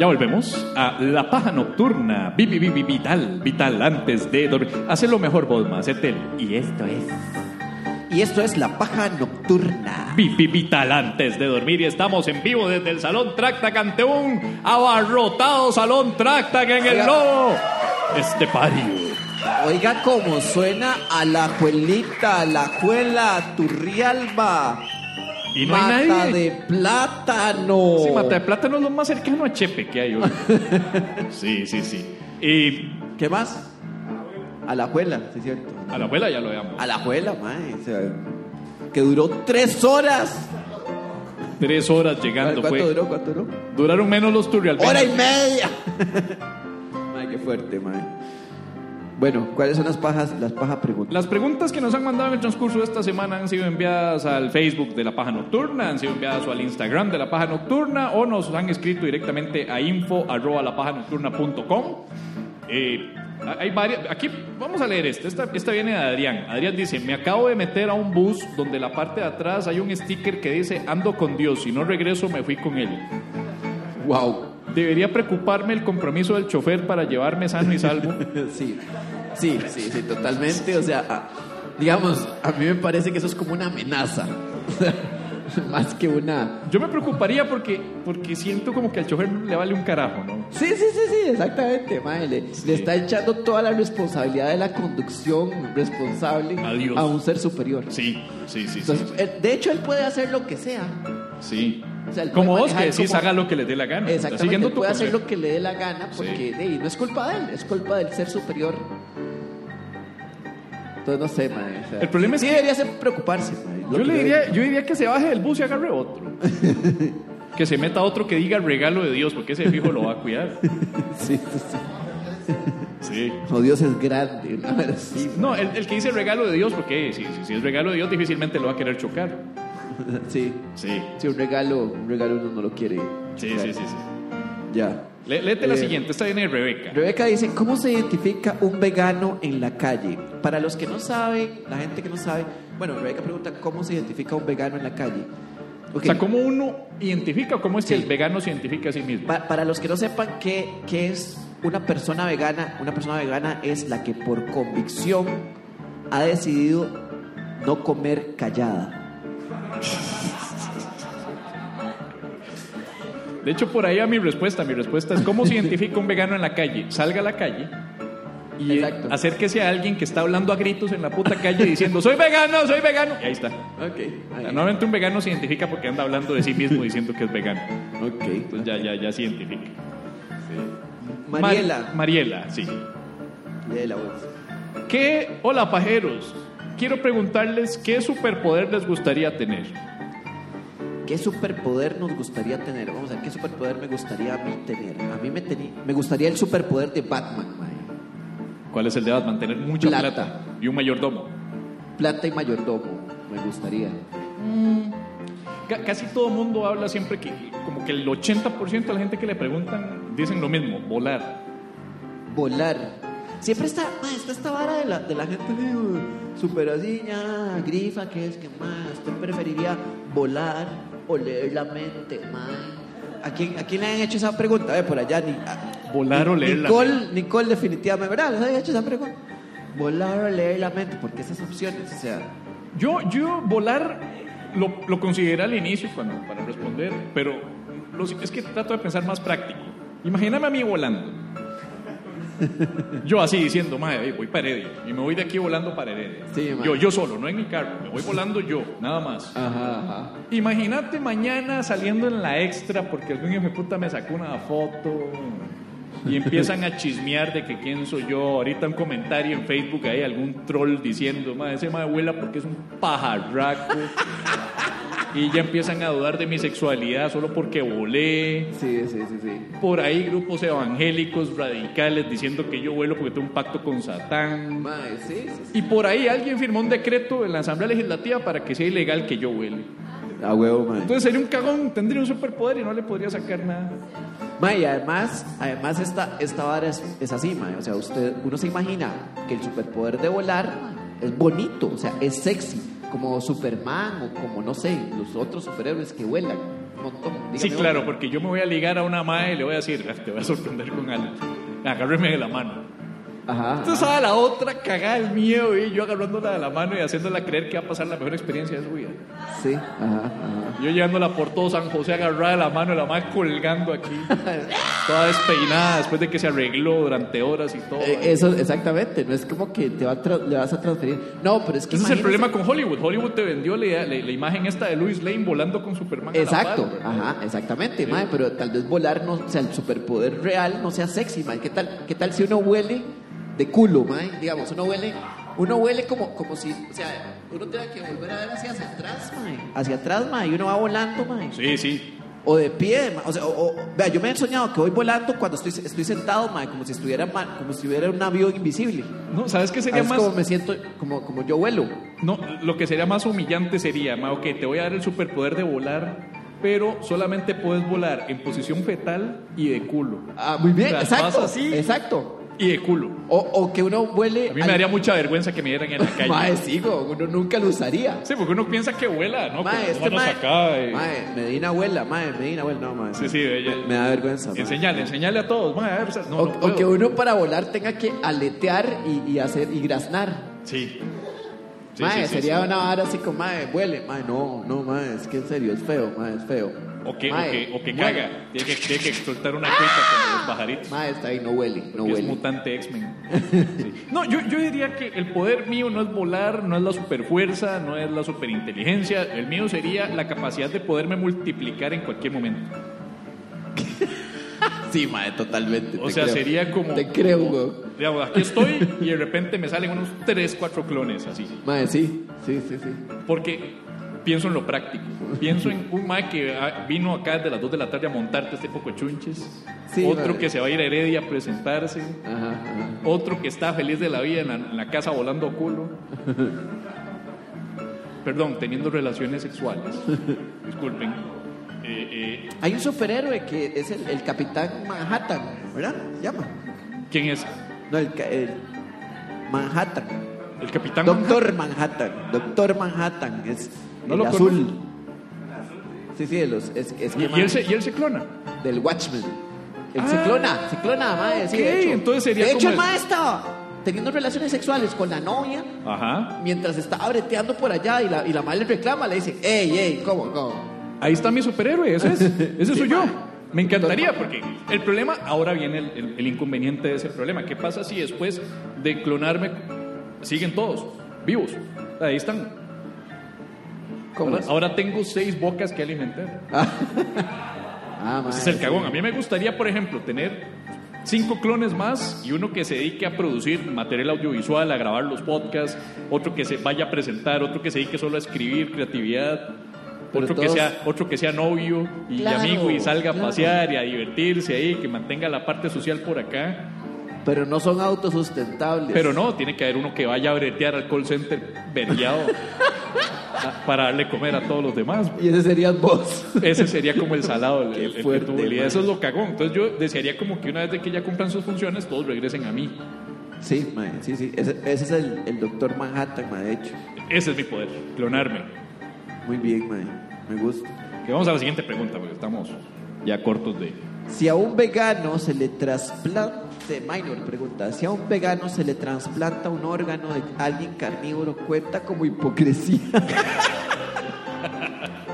Speaker 1: Ya volvemos a La Paja Nocturna. Vi, vi, vi, vi, vital, vital, antes de dormir. Hace lo mejor vos, más, el
Speaker 2: Y esto es. Y esto es la paja nocturna.
Speaker 1: Pipi Vital antes de dormir y estamos en vivo desde el Salón Tractac ante un abarrotado Salón Tractac en el lobo. Este patio.
Speaker 2: Oiga cómo suena a la juelita, a la juela, a Turrialba.
Speaker 1: Y no
Speaker 2: mata
Speaker 1: hay nadie.
Speaker 2: de plátano.
Speaker 1: Sí, Mata de Plátano es lo más cercano a Chepe que
Speaker 2: (laughs)
Speaker 1: hay hoy. sí, sí, sí. Y
Speaker 2: ¿Qué más? A la juela, sí, cierto.
Speaker 1: a la abuela ya lo veamos.
Speaker 2: A la juela, mae. o sea, que duró tres horas.
Speaker 1: Tres horas llegando
Speaker 2: ¿Cuánto
Speaker 1: fue.
Speaker 2: duró? ¿Cuánto duró?
Speaker 1: Duraron menos los turrialbeños.
Speaker 2: ¡Hora y pues. media! (laughs) Mae, qué fuerte, mae. Bueno, ¿cuáles son las pajas? Las pajas preguntas.
Speaker 1: Las preguntas que nos han mandado en el transcurso de esta semana han sido enviadas al Facebook de La Paja Nocturna, han sido enviadas al Instagram de La Paja Nocturna o nos han escrito directamente a info arroba lapajanocturna.com. Eh, hay varias. Aquí vamos a leer este, esta. esta. Esta viene de Adrián. Adrián dice: Me acabo de meter a un bus donde la parte de atrás hay un sticker que dice Ando con Dios, si no regreso me fui con él.
Speaker 2: Wow.
Speaker 1: Debería preocuparme el compromiso del chofer para llevarme sano y salvo.
Speaker 2: Sí, sí, sí, sí, totalmente. O sea, a- digamos, a mí me parece que eso es como una amenaza. (laughs) Más que una.
Speaker 1: Yo me preocuparía porque, porque siento como que al chofer le vale un carajo, ¿no?
Speaker 2: Sí, sí, sí, sí, exactamente, mae. Le, le está echando toda la responsabilidad de la conducción responsable
Speaker 1: A Dios.
Speaker 2: a un ser superior.
Speaker 1: Sí, sí, sí, sí.
Speaker 2: Entonces, él- de hecho, él puede hacer lo que sea.
Speaker 1: sí.
Speaker 2: O sea, él
Speaker 1: como
Speaker 2: puede
Speaker 1: vos que
Speaker 2: manejar
Speaker 1: decís,
Speaker 2: como-
Speaker 1: haga lo que les dé la gana. Está
Speaker 2: Exactamente,
Speaker 1: siguiendo
Speaker 2: él
Speaker 1: tu
Speaker 2: puede hacer
Speaker 1: consejo.
Speaker 2: lo que le dé la gana porque de ahí, no es culpa de él, es culpa del ser superior. Entonces, no sé, mae. o sea,
Speaker 1: El problema
Speaker 2: sí,
Speaker 1: es
Speaker 2: sí
Speaker 1: que-
Speaker 2: debería ser preocuparse. mae, lo
Speaker 1: Yo
Speaker 2: que
Speaker 1: le diría, yo diría que se baje del bus y agarre
Speaker 2: (laughs)
Speaker 1: otro. que se meta otro que diga regalo de Dios, porque ese fijo lo va a
Speaker 2: (laughs)
Speaker 1: cuidar.
Speaker 2: Sí, sí, sí.
Speaker 1: Sí.
Speaker 2: Oh, Dios es grande. una vara así,
Speaker 1: No, el, el que dice regalo de Dios, porque eh, si, si, si es regalo de Dios, difícilmente lo va a querer chocar.
Speaker 2: mae. Sí.
Speaker 1: Sí,
Speaker 2: Sí, un regalo, un regalo uno no lo quiere.
Speaker 1: sí,
Speaker 2: O sea,
Speaker 1: sí, sí. sí.
Speaker 2: Ya.
Speaker 1: Lé- léete la
Speaker 2: Eh,
Speaker 1: siguiente, esta viene de Rebeca.
Speaker 2: Rebeca dice, ¿cómo se identifica un vegano en la calle? Para los que no saben, la gente que no sabe, bueno, Rebeca pregunta, ¿cómo se identifica un vegano en la calle? Ok.
Speaker 1: O sea, ¿cómo uno identifica o cómo es que el vegano se identifica a sí mismo?
Speaker 2: Pa- para los que no sepan qué, qué es una persona vegana, una persona vegana es la que por convicción ha decidido no comer callada.
Speaker 1: De hecho, por ahí a mi respuesta. Mi respuesta es: ¿cómo se identifica un vegano en la calle? Salga a la calle y eh,
Speaker 2: Exacto.
Speaker 1: acérquese a alguien que está hablando a gritos en la puta calle diciendo: ¡Soy vegano, soy vegano! Y ahí está.
Speaker 2: Ok.
Speaker 1: Normalmente un vegano se identifica porque anda hablando de sí mismo diciendo que es vegano. Entonces ya, ya, ya se identifica. Mar-
Speaker 2: Mariela.
Speaker 1: Mariela, sí.
Speaker 2: Mariela, bueno.
Speaker 1: ¿Qué? Hola, pajeros. Quiero preguntarles qué superpoder les gustaría tener.
Speaker 2: ¿Qué superpoder nos gustaría tener? Vamos a ver, ¿qué superpoder me gustaría a mí tener? A mí me, teni- me gustaría el superpoder de Batman, mae.
Speaker 1: ¿Cuál es el de Batman? Tener mucha plata,
Speaker 2: Plata.
Speaker 1: y un mayordomo.
Speaker 2: Plata y mayordomo, me gustaría.
Speaker 1: ca- casi todo mundo habla siempre que, como que el 80% de la gente que le preguntan dicen lo mismo, volar.
Speaker 2: Volar. Siempre está, ma, está esta vara de la, de la gente uh, super así, ya, grifa, que es que más, usted preferiría volar o leer la mente, ma. ¿A quién, ¿A quién le han hecho esa pregunta? A ver, por allá. Ni, a-
Speaker 1: Volar o
Speaker 2: Ni-
Speaker 1: leer la
Speaker 2: Nicole, Nicole, definitivamente, ¿verdad? ¿Les había hecho esa pregunta? Volar o leer la mente, porque esas opciones, o sea,
Speaker 1: Yo, yo volar lo, lo consideré al inicio cuando, para responder, pero lo- es que trato de pensar más práctico. Imagíname a mí volando. Yo así diciendo, madre, voy para Heredia. Y me voy de aquí volando para Heredia.
Speaker 2: Sí, mae.
Speaker 1: yo, yo solo, no en mi carro. Me voy volando yo, nada más.
Speaker 2: ajá, ajá.
Speaker 1: Imagínate mañana saliendo en la extra porque algún hijo de puta me sacó una foto y empiezan a chismear de que quién soy yo. Ahorita un comentario en Facebook hay algún troll diciendo, "Ma, ese madre vuela porque es un pajarraco. Y ya empiezan a dudar de mi sexualidad solo porque volé.
Speaker 2: Sí, sí, sí, sí.
Speaker 1: Por ahí grupos evangélicos radicales diciendo que yo vuelo porque tengo un pacto con Satán.
Speaker 2: Ma, sí, sí,
Speaker 1: Y por ahí alguien firmó un decreto en la Asamblea Legislativa para que sea ilegal que yo vuele.
Speaker 2: sí. Pues A huevo, ma.
Speaker 1: Entonces sería un cagón, tendría un superpoder y no le podría sacar nada.
Speaker 2: Ma, y además, además esta, esta vara es, es así, ma. O sea, usted, uno se imagina que el superpoder de volar ma, es bonito, o sea, es sexy, como Superman o como, no sé, los otros superhéroes que vuelan un montón. Dígame
Speaker 1: Sí,
Speaker 2: otro.
Speaker 1: claro, porque yo me voy a ligar a una madre y le voy a decir, "Ah, te voy a sorprender con algo. Agárreme de la mano.
Speaker 2: Ajá.
Speaker 1: Entonces a la otra cagada el miedo y yo agarrándola de la mano y haciéndola creer que va a pasar la mejor experiencia de su vida.
Speaker 2: ajá, Sí, ajá, ajá.
Speaker 1: Yo llevándola por todo San José agarrada de la mano y la madre colgando (laughs) aquí, toda despeinada después de que se arregló durante horas y todo.
Speaker 2: Eh, Eso, exactamente, no es como que te va a tra- le vas a transferir. No, pero es que.
Speaker 1: Ese es el
Speaker 2: imagínese-
Speaker 1: problema con Hollywood. Hollywood te vendió la, idea- la- la imagen esta de Louis Lane volando con Superman. a la
Speaker 2: Exacto,
Speaker 1: par, ¿verdad?
Speaker 2: ajá, exactamente, mae, pero tal vez volar no, o sea, el superpoder real no sea sexy, mae. ¿Qué tal, qué tal si uno huele de culo, mae? Digamos, uno huele, uno huele como, como si, o sea, uno tenga que volver a ver hacia, hacia atrás, mae. Hacia atrás, mae, y uno va volando, mae.
Speaker 1: Sí, sí.
Speaker 2: O de pie, mae, o sea, o- o- vea, yo me he soñado que voy volando cuando estoy, estoy sentado, mae, como si estuviera, ma- como si hubiera un avión invisible.
Speaker 1: No, ¿Sabes qué
Speaker 2: Así
Speaker 1: sería
Speaker 2: es
Speaker 1: más?
Speaker 2: como me siento, como, como yo vuelo.
Speaker 1: No, lo que sería más humillante sería, ma, ok, te voy a dar el superpoder de volar, pero solamente puedes volar en posición fetal y de culo.
Speaker 2: Ah, muy bien,
Speaker 1: O sea,
Speaker 2: exacto,
Speaker 1: vas así.
Speaker 2: exacto.
Speaker 1: Y de culo.
Speaker 2: O, o que uno vuele.
Speaker 1: A mí
Speaker 2: al-
Speaker 1: me daría mucha vergüenza que me dieran
Speaker 2: (laughs)
Speaker 1: en la calle.
Speaker 2: Mae, sí, güey, uno nunca lo usaría.
Speaker 1: Sí, porque uno piensa que vuela, ¿no?
Speaker 2: Mae,
Speaker 1: Con las
Speaker 2: este
Speaker 1: manos
Speaker 2: mae.
Speaker 1: acá, eh.
Speaker 2: Mae, Medina abuela, mae, Medina abuela, no, mae.
Speaker 1: Sí, sí, ella-
Speaker 2: Me, me da vergüenza. mae.
Speaker 1: Enseñale, enseñale a todos. ma, a ver, o sea, no,
Speaker 2: O,
Speaker 1: no
Speaker 2: o
Speaker 1: puedo.
Speaker 2: que uno para volar tenga que aletear y, y hacer y graznar.
Speaker 1: Sí. Sí,
Speaker 2: mae,
Speaker 1: sí, sí,
Speaker 2: sería
Speaker 1: sí.
Speaker 2: una vara así como, mae, vuele. Mae, no, no, mae, es que en serio, es feo, mae, es feo.
Speaker 1: O que, o
Speaker 2: Mae,
Speaker 1: que, o que
Speaker 2: muere.
Speaker 1: caga. Tiene que, tiene que soltar una cuita con los pajaritos.
Speaker 2: Mae, está ahí, no huele, no
Speaker 1: que es
Speaker 2: huele.
Speaker 1: mutante X-Men. Sí. No, yo, yo diría que el poder mío no es volar, no es la superfuerza, no es la superinteligencia. El mío sería la capacidad de poderme multiplicar en cualquier momento.
Speaker 2: Sí, mae, Ah, totalmente.
Speaker 1: O
Speaker 2: te
Speaker 1: sea,
Speaker 2: creo.
Speaker 1: sería como-
Speaker 2: Te creo,
Speaker 1: como-
Speaker 2: güey.
Speaker 1: Digamos, aquí estoy y de repente me salen unos 3, 4 clones así.
Speaker 2: Mae, sí, sí, sí, sí.
Speaker 1: Porque pienso en lo práctico. Pienso en un mae que ah, vino acá de las 2 de la tarde a montarte este poco de chunches.
Speaker 2: Sí,
Speaker 1: Otro
Speaker 2: mae.
Speaker 1: que se va a ir a Heredia a presentarse.
Speaker 2: Ajá, ajá.
Speaker 1: Otro que está feliz de la vida en la, en la casa volando
Speaker 2: (laughs)
Speaker 1: culo. Perdón, teniendo relaciones sexuales. Disculpen. Eh, eh,
Speaker 2: Hay un superhéroe que es el, el Capitán Manhattan, ¿verdad? Se Llama.
Speaker 1: eh, ¿Quién es?
Speaker 2: No, el, ca- el Manhattan.
Speaker 1: El capitán.
Speaker 2: Doctor Manhattan. Doctor Manhattan. Es
Speaker 1: No
Speaker 2: el
Speaker 1: lo
Speaker 2: azul. Sí, sí, de los, es, es
Speaker 1: (laughs)
Speaker 2: que
Speaker 1: ¿Y, y él se, y él se clona.
Speaker 2: del Watchmen. El
Speaker 1: Ah,
Speaker 2: ciclona, ciclona, mae, sí, de
Speaker 1: ok,
Speaker 2: hecho.
Speaker 1: entonces sería
Speaker 2: de
Speaker 1: como
Speaker 2: hecho, el
Speaker 1: el-
Speaker 2: mae estaba teniendo relaciones sexuales con la novia
Speaker 1: Ajá.
Speaker 2: mientras estaba breteando por allá y la, y la madre le reclama, le dice, ey, ey, ¿cómo, cómo?
Speaker 1: Ahí está mi superhéroe, ese es. Ese soy yo. Me encantaría porque el problema, ahora viene el, el- el inconveniente de ese problema. ¿Qué pasa si después de clonarme siguen todos vivos? Ahí están.
Speaker 2: ¿Cómo
Speaker 1: Ahora,
Speaker 2: es?
Speaker 1: ahora tengo seis bocas que alimentar.
Speaker 2: Ah, mae,
Speaker 1: Ese es el
Speaker 2: sí.
Speaker 1: cagón. A mí me gustaría, por ejemplo, tener cinco clones más y uno que se dedique a producir material audiovisual, a grabar los podcasts, otro que se vaya a presentar, otro que se dedique solo a escribir creatividad,
Speaker 2: Pero
Speaker 1: otro, que
Speaker 2: todos-
Speaker 1: sea, otro que sea novio y
Speaker 2: Claro,
Speaker 1: amigo y salga a
Speaker 2: claro.
Speaker 1: pasear y a divertirse ahí, que mantenga la parte social por acá.
Speaker 2: pero no son autosustentables.
Speaker 1: Pero no, tiene que haber uno que vaya a bretear al call center
Speaker 2: (laughs)
Speaker 1: vergueado a- para darle comer a todos los demás.
Speaker 2: Y ese sería vos. (laughs)
Speaker 1: Ese sería como el salado, el,
Speaker 2: Qué
Speaker 1: el- el
Speaker 2: fuerte,
Speaker 1: que tuvo el día.
Speaker 2: man.
Speaker 1: Eso es lo cagón. Entonces yo desearía como que una vez de que ya cumplan sus funciones, todos regresen a mí.
Speaker 2: Sí, mae, sí, sí. Ese, ese es el, el doctor Manhattan, mae, de hecho.
Speaker 1: Ese es mi poder, clonarme.
Speaker 2: Muy bien, mae. Me gusta.
Speaker 1: Que vamos a la siguiente pregunta, porque estamos ya cortos de...
Speaker 2: Si a un vegano se le trasplante, Minor pregunta, si a un vegano se le trasplanta un órgano de alguien carnívoro, ¿cuenta como hipocresía?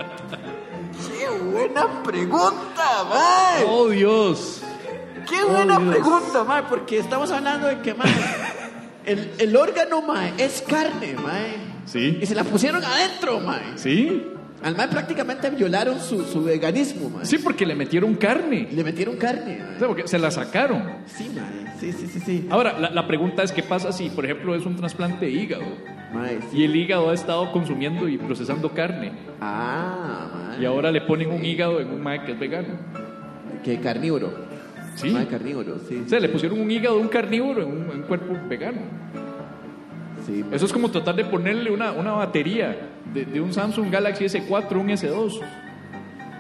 Speaker 2: ¡Qué buena pregunta, mae!
Speaker 1: ¡Oh, Dios!
Speaker 2: (laughs) ¡Qué buena
Speaker 1: Dios.
Speaker 2: pregunta, mae! Porque estamos hablando de que, mae, el, el órgano, mae, es carne, mae.
Speaker 1: Sí.
Speaker 2: Y se la pusieron adentro, mae.
Speaker 1: ¿Sí?
Speaker 2: Al mae prácticamente violaron su, su veganismo, mae.
Speaker 1: Sí, porque le metieron carne.
Speaker 2: Le metieron carne, mae.
Speaker 1: O sea, porque se la sacaron.
Speaker 2: Sí, mae. Sí, sí, sí, sí.
Speaker 1: Ahora, la, la pregunta es, ¿qué pasa si, por ejemplo, es un trasplante de hígado?
Speaker 2: Mae, sí.
Speaker 1: Y el hígado ha estado consumiendo y procesando carne.
Speaker 2: Ah, mae.
Speaker 1: Y ahora le ponen un hígado en un mae que es vegano.
Speaker 2: Que carnívoro.
Speaker 1: Sí.
Speaker 2: Mae, carnívoro, sí.
Speaker 1: O sea, le pusieron un hígado a un carnívoro en un, en un cuerpo vegano.
Speaker 2: Sí, mae.
Speaker 1: Eso es como tratar de ponerle una, una batería de, de un Samsung Galaxy S4 un S2,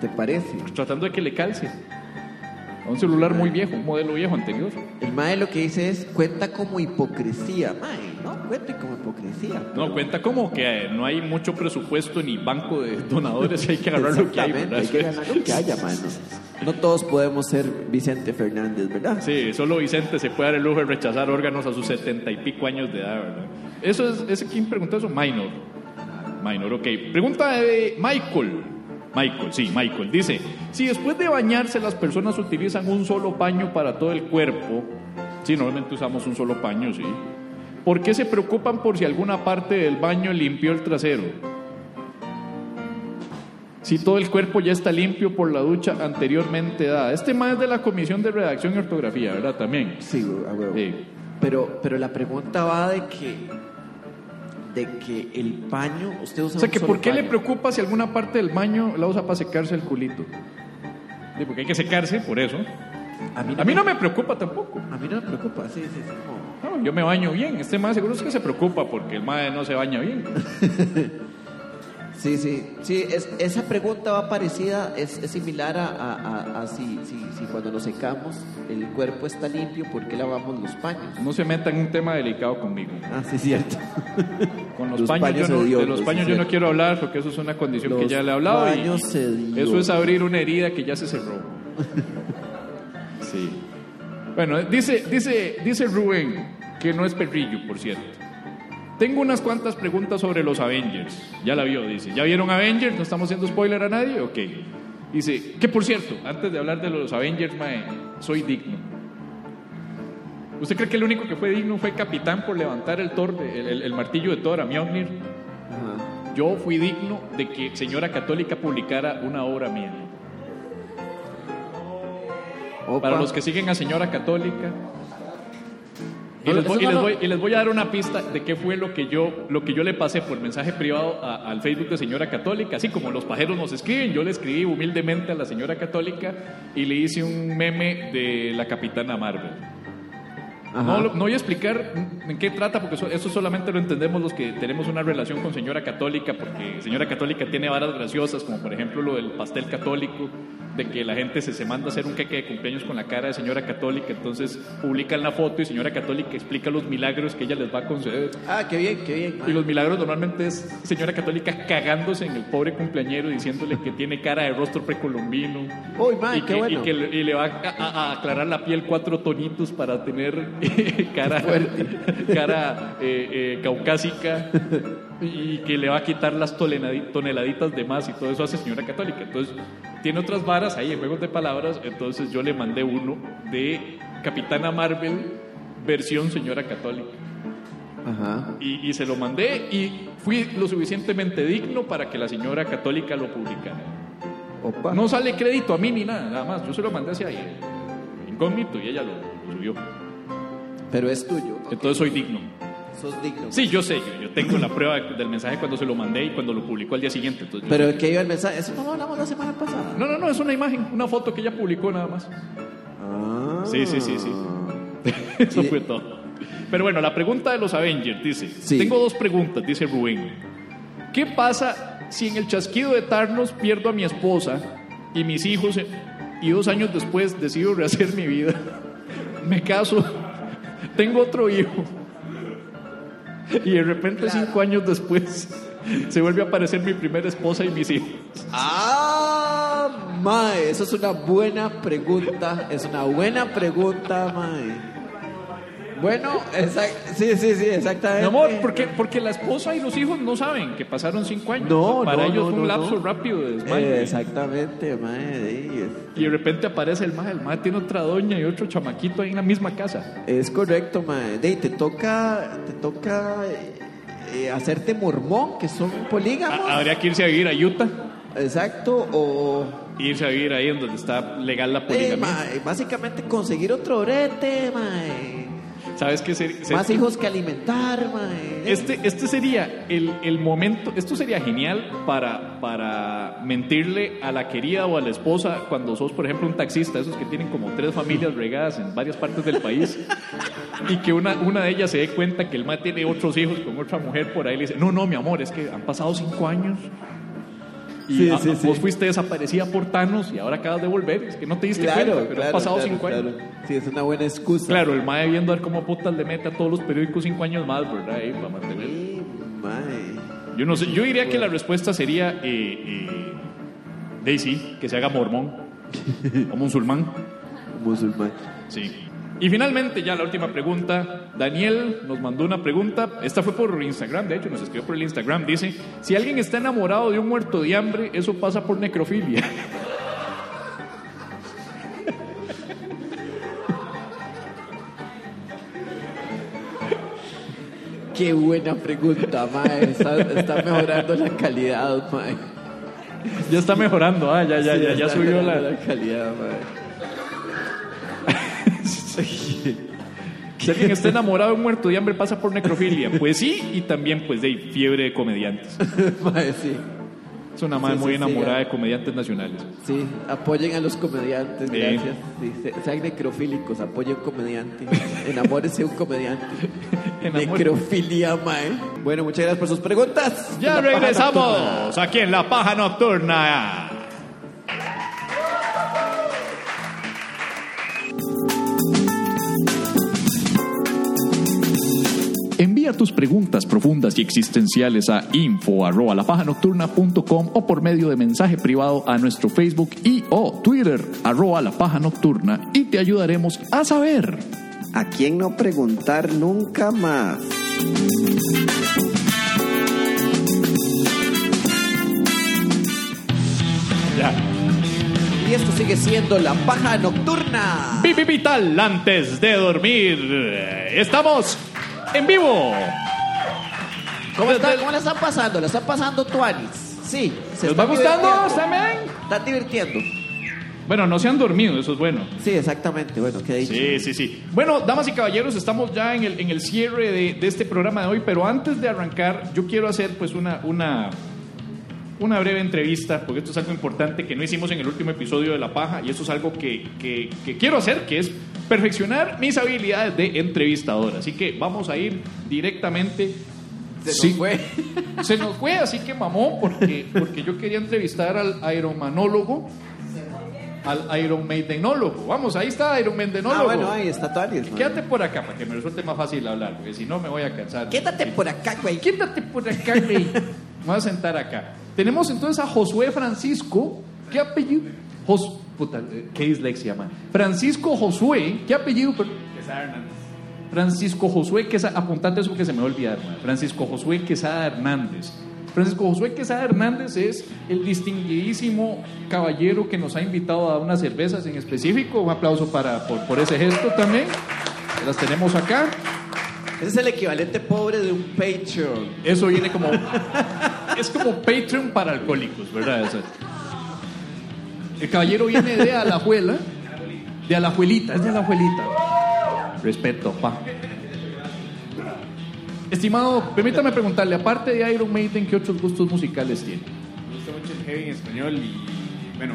Speaker 2: ¿Te parece?
Speaker 1: tratando de que le calce. A un celular muy viejo, un modelo viejo anterior.
Speaker 2: El mae lo que dice es, cuenta como hipocresía, mae. No, cuenta como hipocresía.
Speaker 1: No, cuenta como que eh, no hay mucho presupuesto ni banco de donadores, hay que agarrar lo que hay.
Speaker 2: Exactamente,
Speaker 1: ¿verdad?
Speaker 2: hay que ganar lo que haya, mano. No todos podemos ser Vicente Fernández, ¿verdad?
Speaker 1: Sí, solo Vicente se puede dar el lujo de rechazar órganos a sus setenta y pico años de edad, ¿verdad? Eso es, ¿ese ¿quién preguntó eso? Minor. Minor, ok. Pregunta de Michael. Michael, sí, Michael. Dice, si después de bañarse las personas utilizan un solo paño para todo el cuerpo, sí, normalmente usamos un solo paño, sí, ¿por qué se preocupan por si alguna parte del baño limpió el trasero? Si todo el cuerpo ya está limpio por la ducha anteriormente dada. Este más de la Comisión de Redacción y Ortografía, ¿verdad? También.
Speaker 2: Sí, a huevo.
Speaker 1: Sí.
Speaker 2: Pero, pero la pregunta va de que, de que el paño, usted usa
Speaker 1: O sea,
Speaker 2: un
Speaker 1: que
Speaker 2: solo
Speaker 1: ¿por qué le
Speaker 2: paño.
Speaker 1: preocupa si alguna parte del baño la usa para secarse el culito? Sí, porque hay que secarse, por eso.
Speaker 2: A mí no,
Speaker 1: A mí no me preocupa tampoco.
Speaker 2: me... a mí no me preocupa, sí, sí, es como...
Speaker 1: No, yo me baño bien. Este más seguro es que se preocupa porque el mae no se baña bien.
Speaker 2: Sí, sí, sí, es- esa pregunta va parecida, es, es similar a, a- a- a si, si, si cuando nos secamos el cuerpo está limpio, ¿por qué lavamos los paños?
Speaker 1: No se meta en un tema delicado conmigo.
Speaker 2: Ah, sí, cierto.
Speaker 1: Con los,
Speaker 2: Los
Speaker 1: paños,
Speaker 2: paños
Speaker 1: yo no, de
Speaker 2: hediondos,
Speaker 1: los
Speaker 2: sí,
Speaker 1: paños yo no
Speaker 2: cierto.
Speaker 1: quiero hablar porque eso es una condición que
Speaker 2: Los
Speaker 1: ya le he hablado. y-
Speaker 2: paños hediondos.
Speaker 1: eso es abrir una herida que ya se cerró. sí. Bueno, dice, dice, dice Rubén, que no es perrillo, por cierto. Tengo unas cuantas preguntas sobre los Avengers. Ya la vio, dice. ¿Ya vieron Avengers? ¿No estamos haciendo spoiler a nadie? Ok. Dice, que por cierto, antes de hablar de los Avengers, mae, soy digno. ¿Usted cree que el único que fue digno fue Capitán por levantar el, Thor de- el, el- el martillo de Thor a Mjolnir?
Speaker 2: Ajá.
Speaker 1: Yo fui digno de que Señora Católica publicara una obra mía.
Speaker 2: Opa.
Speaker 1: Para los que siguen a Señora Católica. Y
Speaker 2: No,
Speaker 1: les, voy,
Speaker 2: eso
Speaker 1: y
Speaker 2: no
Speaker 1: les
Speaker 2: lo-
Speaker 1: voy- y les voy a dar una pista de qué fue lo que yo, lo que yo le pasé por mensaje privado a- al Facebook de Señora Católica. Así como los pajeros nos escriben, yo le escribí humildemente a la Señora Católica y le hice un meme de la Capitana Marvel.
Speaker 2: Ajá.
Speaker 1: No, lo- no voy a explicar en qué trata, porque eso, eso solamente lo entendemos los que tenemos una relación con Señora Católica, porque Señora Católica tiene varas graciosas, como por ejemplo lo del pastel católico, de que la gente se, se manda a hacer un queque de cumpleaños con la cara de Señora Católica, entonces publican la foto y Señora Católica explica los milagros que ella les va a conceder.
Speaker 2: Ah, qué bien, qué bien.
Speaker 1: Y los milagros normalmente es Señora Católica cagándose en el pobre cumpleañero, diciéndole que tiene cara de rostro precolombino.
Speaker 2: Uy, mae,
Speaker 1: y
Speaker 2: qué
Speaker 1: que,
Speaker 2: bueno.
Speaker 1: Y que le, y le va a, a- a aclarar la piel cuatro tonitos para tener eh, (laughs) cara, (laughs) cara eh, eh, caucásica. Y que le va a quitar las tolenadi- toneladitas de más y todo eso hace señora católica. Entonces, tiene otras varas ahí en juegos de palabras. Entonces, yo le mandé uno de Capitana Marvel, versión señora católica.
Speaker 2: Ajá.
Speaker 1: Y, y se lo mandé y fui lo suficientemente digno para que la señora católica lo publicara.
Speaker 2: Opa.
Speaker 1: No sale crédito a mí ni nada, nada más. Yo se lo mandé hacia ella, incógnito, y ella lo, lo subió.
Speaker 2: Pero es tuyo. ¿no?
Speaker 1: Entonces soy digno.
Speaker 2: Sos digno.
Speaker 1: Sí, yo sé, yo, yo tengo la prueba de- del mensaje cuando se lo mandé y cuando lo publicó al día siguiente. entonces yo-
Speaker 2: Pero que iba el mensaje. Eso no lo hablamos la semana pasada.
Speaker 1: No, no, no, es una imagen, una foto que ella publicó nada más.
Speaker 2: Ah.
Speaker 1: Sí, sí, sí, sí. (laughs) Eso fue todo. Pero bueno, la pregunta de los Avengers dice:
Speaker 2: Sí.
Speaker 1: Tengo dos preguntas, dice Rubén. ¿Qué pasa si en el chasquido de Thanos pierdo a mi esposa y mis hijos y dos años después decido rehacer mi vida? (laughs) Me caso, (laughs) tengo otro hijo y de repente cinco años después (laughs) se vuelve a aparecer mi primera esposa y mis hijos.
Speaker 2: Ah, mae, esa es una buena pregunta. Es una buena pregunta, mae. Bueno, exact- sí, sí, sí, exactamente.
Speaker 1: Mi amor,
Speaker 2: eh.
Speaker 1: porque, porque la esposa y los hijos no saben que pasaron cinco años.
Speaker 2: No,
Speaker 1: Para
Speaker 2: no,
Speaker 1: ellos
Speaker 2: no,
Speaker 1: fue un
Speaker 2: no,
Speaker 1: lapso
Speaker 2: no.
Speaker 1: rápido de desmayo.
Speaker 2: Eh, exactamente, mae. sí,
Speaker 1: Y de repente aparece el mae, el mae tiene otra doña y otro chamaquito ahí en la misma casa.
Speaker 2: Es, es correcto, mae. De, te toca, te toca eh, eh, hacerte mormón, que son polígamos.
Speaker 1: Ha- habría que irse a vivir a Utah,
Speaker 2: Exacto, o
Speaker 1: e irse a vivir ahí en donde está legal la
Speaker 2: eh,
Speaker 1: poligamia.
Speaker 2: mae, básicamente conseguir otro brete, mae.
Speaker 1: ¿Sabes qué? ser- ser-
Speaker 2: Más hijos que alimentar, eh. mae.
Speaker 1: este, este sería el, el momento, esto sería genial para, para mentirle a la querida o a la esposa cuando sos, por ejemplo, un taxista, esos que tienen como tres familias regadas en varias partes del país, y que una, una de ellas se dé cuenta que el mae tiene otros hijos con otra mujer por ahí, le dice, no, no, mi amor, es que han pasado cinco años. Y
Speaker 2: Sí,
Speaker 1: a-
Speaker 2: sí, sí.
Speaker 1: vos fuiste desaparecida por Thanos y ahora acabas de volver, es que no te diste cuenta, pero han pasado cinco años.
Speaker 2: claro. Sí, es una buena excusa.
Speaker 1: Claro, el mae viendo a ver cómo putas le mete a todos los periódicos cinco años más, ¿verdad? Ahí, para mantener.
Speaker 2: Sí, eh, mae.
Speaker 1: Yo no sé, yo diría que la respuesta sería eh, eh, Daisy, que se haga mormón o musulmán.
Speaker 2: Musulmán.
Speaker 1: Sí. Y finalmente, ya la última pregunta. Daniel nos mandó una pregunta. Esta fue por Instagram, de hecho, nos escribió por el Instagram. Dice: Si alguien está enamorado de un muerto de hambre, eso pasa por necrofilia. (laughs)
Speaker 2: Qué buena pregunta, mae. Está, está mejorando la calidad, mae.
Speaker 1: ya está mejorando, ah, ya, ya,
Speaker 2: Sí,
Speaker 1: ya, ya
Speaker 2: está
Speaker 1: subió
Speaker 2: mejorando
Speaker 1: la.
Speaker 2: calidad, eh. (laughs) mae.
Speaker 1: Si alguien está enamorado de un muerto de hambre, pasa por necrofilia. Pues sí, y también, pues, de fiebre de comediantes.
Speaker 2: Mae, eh, sí.
Speaker 1: Es una madre
Speaker 2: Sí, sí,
Speaker 1: muy
Speaker 2: sí,
Speaker 1: enamorada
Speaker 2: ya.
Speaker 1: de comediantes nacionales.
Speaker 2: Sí, apoyen a los comediantes,
Speaker 1: Sí.
Speaker 2: gracias. Sí, se- sean necrofílicos, apoyen a un comediante. Enamórese de
Speaker 1: (laughs)
Speaker 2: un comediante.
Speaker 1: Enamórese.
Speaker 2: Necrofilia, mae. Bueno, muchas gracias por sus preguntas.
Speaker 1: Ya
Speaker 2: La paja nocturna.
Speaker 1: regresamos aquí en La Paja Nocturna. Envía tus preguntas profundas y existenciales a info@lapajanocturna.com o por medio de mensaje privado a nuestro Facebook y o Twitter arroba la paja nocturna y te ayudaremos a saber.
Speaker 10: ¿A quién no preguntar nunca más?
Speaker 2: Y esto sigue siendo la paja nocturna.
Speaker 1: Pipi Vital antes de dormir. Estamos en vivo.
Speaker 2: ¿Cómo, (laughs) están? ¿Cómo la están pasando? ¿La están pasando tuanis? Sí. ¿Se
Speaker 1: ¿Les va
Speaker 2: están
Speaker 1: gustando?
Speaker 2: divirtiendo.
Speaker 1: ¿Saben?
Speaker 2: ¿Están divirtiendo?
Speaker 1: Bueno, no se han dormido, eso es bueno.
Speaker 2: Sí, exactamente. Bueno, ¿qué he dicho?
Speaker 1: Sí, sí, sí. Bueno, damas y caballeros, estamos ya en el, en el cierre de, de este programa de hoy, pero antes de arrancar, yo quiero hacer pues una, una, una breve entrevista, porque esto es algo importante que no hicimos en el último episodio de La Paja, y esto es algo que, que- que quiero hacer, que es perfeccionar mis habilidades de entrevistador. Así que vamos a ir directamente...
Speaker 2: Se nos
Speaker 1: Sí.
Speaker 2: fue.
Speaker 1: Se nos fue, así que mamó, porque, porque yo quería entrevistar al aeromanólogo. Al Iron Maidenólogo. Vamos, ahí está Iron Maidenólogo.
Speaker 2: Ah, bueno, ahí está tuanis. mae.
Speaker 1: Quédate por acá para que me resulte más fácil hablar, porque si no me voy a cansar.
Speaker 2: Quédate por acá, güey.
Speaker 1: Quédate por pues, acá, güey. (laughs) me voy a sentar acá. Tenemos entonces a Josué Francisco. ¿Qué apellido? Jos... Puta, eh, qué dislexia, man. Francisco Josué. ¿Qué apellido? per-
Speaker 6: Quesada Hernández.
Speaker 1: Francisco Josué Quesada, apuntate eso que se me va a olvidar, ma. Francisco Josué Quesada Hernández. Francisco Josué Quesada Hernández es el distinguidísimo caballero que nos ha invitado a unas cervezas en específico. Un aplauso para, por, por ese gesto también. Las tenemos acá.
Speaker 2: Ese es el equivalente pobre de un Patreon.
Speaker 1: Eso viene como. es como Patreon para alcohólicos, ¿verdad? O sea, el caballero viene de Alajuela. De Alajuelita, es de Alajuelita. Respeto, pa. Estimado, permítame preguntarle, aparte de Iron Maiden, ¿qué otros gustos musicales tiene?
Speaker 6: Me gusta mucho el heavy en español y, bueno,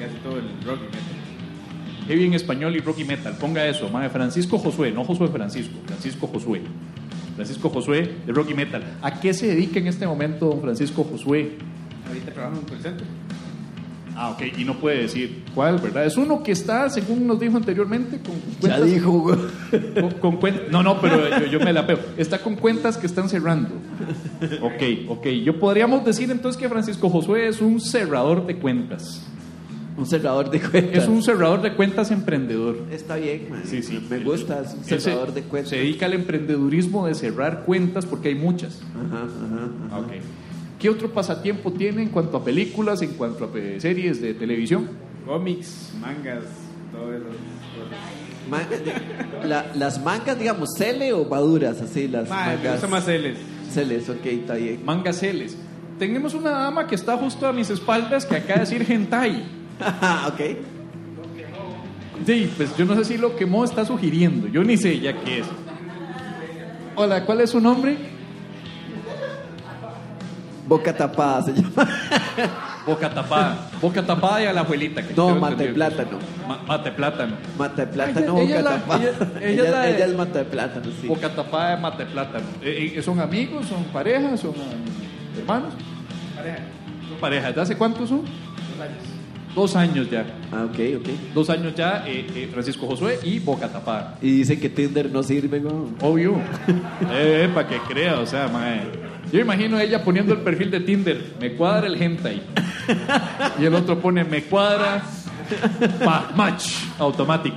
Speaker 6: casi todo el rock y metal.
Speaker 1: heavy en español y rock y metal. Ponga eso, mae. Francisco Josué, no Josué Francisco, Francisco Josué. Francisco Josué de rock y metal. ¿A qué se dedica en este momento don Francisco Josué?
Speaker 6: Ahorita trabajo en un call center.
Speaker 1: Ah, ok, y no puede decir cuál, ¿verdad? Es uno que está, según nos dijo anteriormente, con
Speaker 2: Ya
Speaker 1: cuentas.
Speaker 2: dijo, güey.
Speaker 1: Con, con cuen- no, no, pero yo, yo me la pego. Está con cuentas que están cerrando. Ok, ok. Yo podríamos decir entonces que Francisco Josué es un cerrador de cuentas.
Speaker 2: Un cerrador de cuentas.
Speaker 1: Es un cerrador de cuentas emprendedor.
Speaker 2: Está bien, man.
Speaker 1: Sí, sí.
Speaker 2: Me gusta, es un
Speaker 1: Él se-
Speaker 2: cerrador de cuentas.
Speaker 1: Se dedica al emprendedurismo de cerrar cuentas porque hay muchas.
Speaker 2: Ajá, ajá.
Speaker 1: Ah, ok. ¿Qué otro pasatiempo tiene en cuanto a películas, en cuanto a eh, series de televisión?
Speaker 6: Cómics, mangas, todo eso. Todo.
Speaker 2: Ma- la- las mangas, digamos, cele o maduras, así, las
Speaker 6: Ma, Ah, me
Speaker 2: mangas.
Speaker 6: gusta más L's.
Speaker 2: Celes, ok, está bien. (laughs)
Speaker 1: Mangaceles. Tenemos una dama que está justo a mis espaldas que acaba de decir hentai.
Speaker 2: ok.
Speaker 1: Sí, pues yo no sé si lo que Mo está sugiriendo. Yo ni sé ya qué es. Hola, ¿cuál es su nombre?
Speaker 2: Boca tapada
Speaker 1: (laughs)
Speaker 2: se llama.
Speaker 1: Boca (laughs) tapada. Boca tapada y a la abuelita. que
Speaker 2: No,
Speaker 1: tengo
Speaker 2: mata de
Speaker 1: entendido.
Speaker 2: plátano.
Speaker 1: Ma- mate plátano.
Speaker 2: Mata de plátano,
Speaker 1: Ella-
Speaker 2: boca
Speaker 1: ella es la-
Speaker 2: tapada.
Speaker 1: ella- ella
Speaker 2: (laughs) Ella,
Speaker 1: es la de-
Speaker 2: ella es mata de plátano, sí.
Speaker 1: Boca tapada de mate plátano. Eh, eh, ¿Son amigos? ¿Son parejas? ¿Son ah, hermanos?
Speaker 6: Pareja,
Speaker 1: Son parejas. ¿De hace cuántos son? Dos años ya.
Speaker 2: Ah, ok, ok.
Speaker 1: Dos años ya, eh, eh, Francisco Josué y Boca tapada.
Speaker 2: Y dicen que Tinder no sirve, güey.
Speaker 1: Obvio. Eh, para que crea, o sea, mae. Yo imagino a ella poniendo el perfil de Tinder, me cuadra el hentai. Y el otro pone, me cuadra pa- match automático.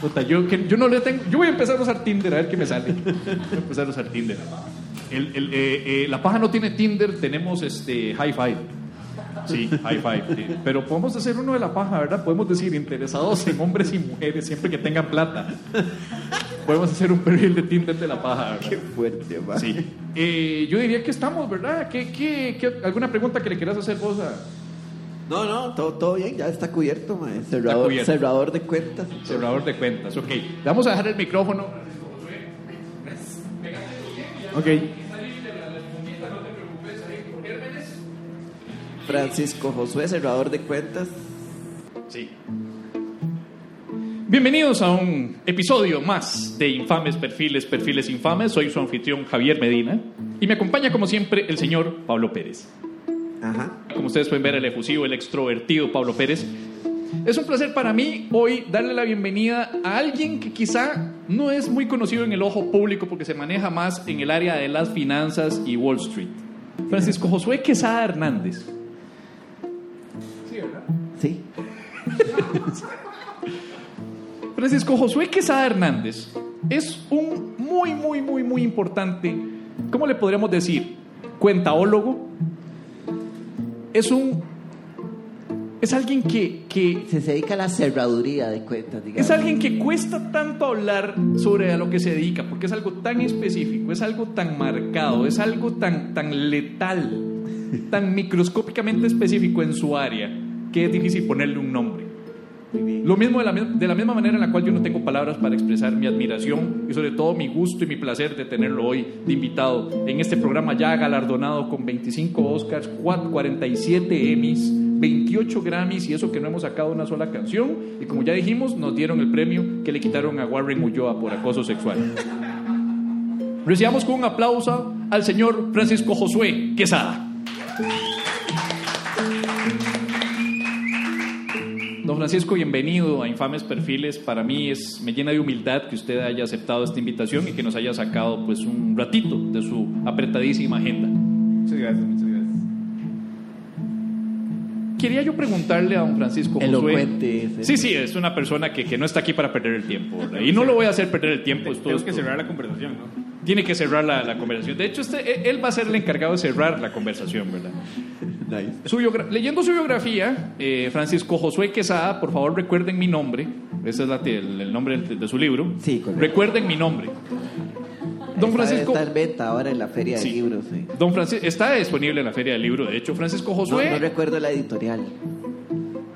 Speaker 1: Puta, yo, que, yo no le tengo. Yo voy a empezar a usar Tinder, a ver qué me sale. Voy a empezar a usar Tinder. El- el, eh, eh, la paja no tiene Tinder, tenemos este hi five. Sí, high five. sí. Pero podemos hacer uno de la paja, ¿verdad? Podemos decir interesados en hombres y mujeres siempre que tengan plata. Podemos hacer un perfil de Tinder de la paja, ¿verdad?
Speaker 2: Qué fuerte, man.
Speaker 1: Sí. Eh, yo diría que estamos, ¿verdad? ¿Qué, qué, qué- alguna pregunta que le quieras hacer vos a
Speaker 2: No, no, todo, todo bien, ya está cubierto, mae. Cerrador,
Speaker 1: cubierto.
Speaker 2: cerrador de cuentas.
Speaker 1: cerrador de cuentas? Ok, le vamos a dejar el micrófono.
Speaker 6: Ok.
Speaker 2: Francisco Josué, cerrador de cuentas.
Speaker 1: Sí. Bienvenidos a un episodio más de Infames Perfiles, Perfiles Infames. Soy su anfitrión Javier Medina y me acompaña como siempre el señor Pablo Pérez.
Speaker 2: Ajá.
Speaker 1: Como ustedes pueden ver, el efusivo, el extrovertido Pablo Pérez. Es un placer para mí hoy darle la bienvenida a alguien que quizá no es muy conocido en el ojo público porque se maneja más en el área de las finanzas y Wall Street. Francisco Josué Quesada Hernández.
Speaker 2: Sí.
Speaker 1: Francisco Josué Quesada Hernández es un muy, muy, muy, muy importante, ¿cómo le podríamos decir? Cuentaólogo. Es un... Es alguien que, que
Speaker 2: Se dedica a la cerraduría de cuentas, digamos.
Speaker 1: Es alguien que cuesta tanto hablar sobre a lo que se dedica, porque es algo tan específico, es algo tan marcado, es algo tan, tan letal, tan microscópicamente específico en su área, que es difícil ponerle un nombre. Lo mismo de la, mi- de la misma manera en la cual yo no tengo palabras para expresar mi admiración y sobre todo mi gusto y mi placer de tenerlo hoy de invitado en este programa ya galardonado con 25 Oscars, cua- 47 Emmys, 28 Grammys y eso que no hemos sacado una sola canción y como ya dijimos nos dieron el premio que le quitaron a Warren Ulloa por acoso sexual. Recibamos con un aplauso al señor Francisco Josué Quesada. Don Francisco, bienvenido a Infames Perfiles. Para mí es, me llena de humildad que usted haya aceptado esta invitación y que nos haya sacado pues un ratito de su apretadísima agenda.
Speaker 6: Muchas gracias, muchas gracias.
Speaker 1: Quería yo preguntarle a don Francisco Josué-
Speaker 2: Elocuente. ese.
Speaker 1: Sí, sí, es una persona que, que no está aquí para perder el tiempo. ¿verdad? Y no lo voy a hacer perder el tiempo. esto-
Speaker 6: Tenemos que
Speaker 1: esto-
Speaker 6: cerrar la conversación, ¿no?
Speaker 1: Tiene que cerrar la, la conversación. De hecho, este- él va a ser el encargado de cerrar la conversación, ¿verdad?
Speaker 2: (laughs) Nice.
Speaker 1: Su biogra- leyendo su biografía, eh, Francisco Josué Quesada, por favor recuerden mi nombre. Ese es la- el, el nombre de, de su libro.
Speaker 2: Sí, correcto.
Speaker 1: Recuerden mi nombre. Don
Speaker 2: Está-
Speaker 1: Francisco.
Speaker 2: Está en venta ahora en la feria
Speaker 1: Sí.
Speaker 2: de libros, sí.
Speaker 1: Don Francisco está disponible en la feria del libro. De hecho, Francisco
Speaker 2: No,
Speaker 1: Josué.
Speaker 2: no recuerdo la editorial.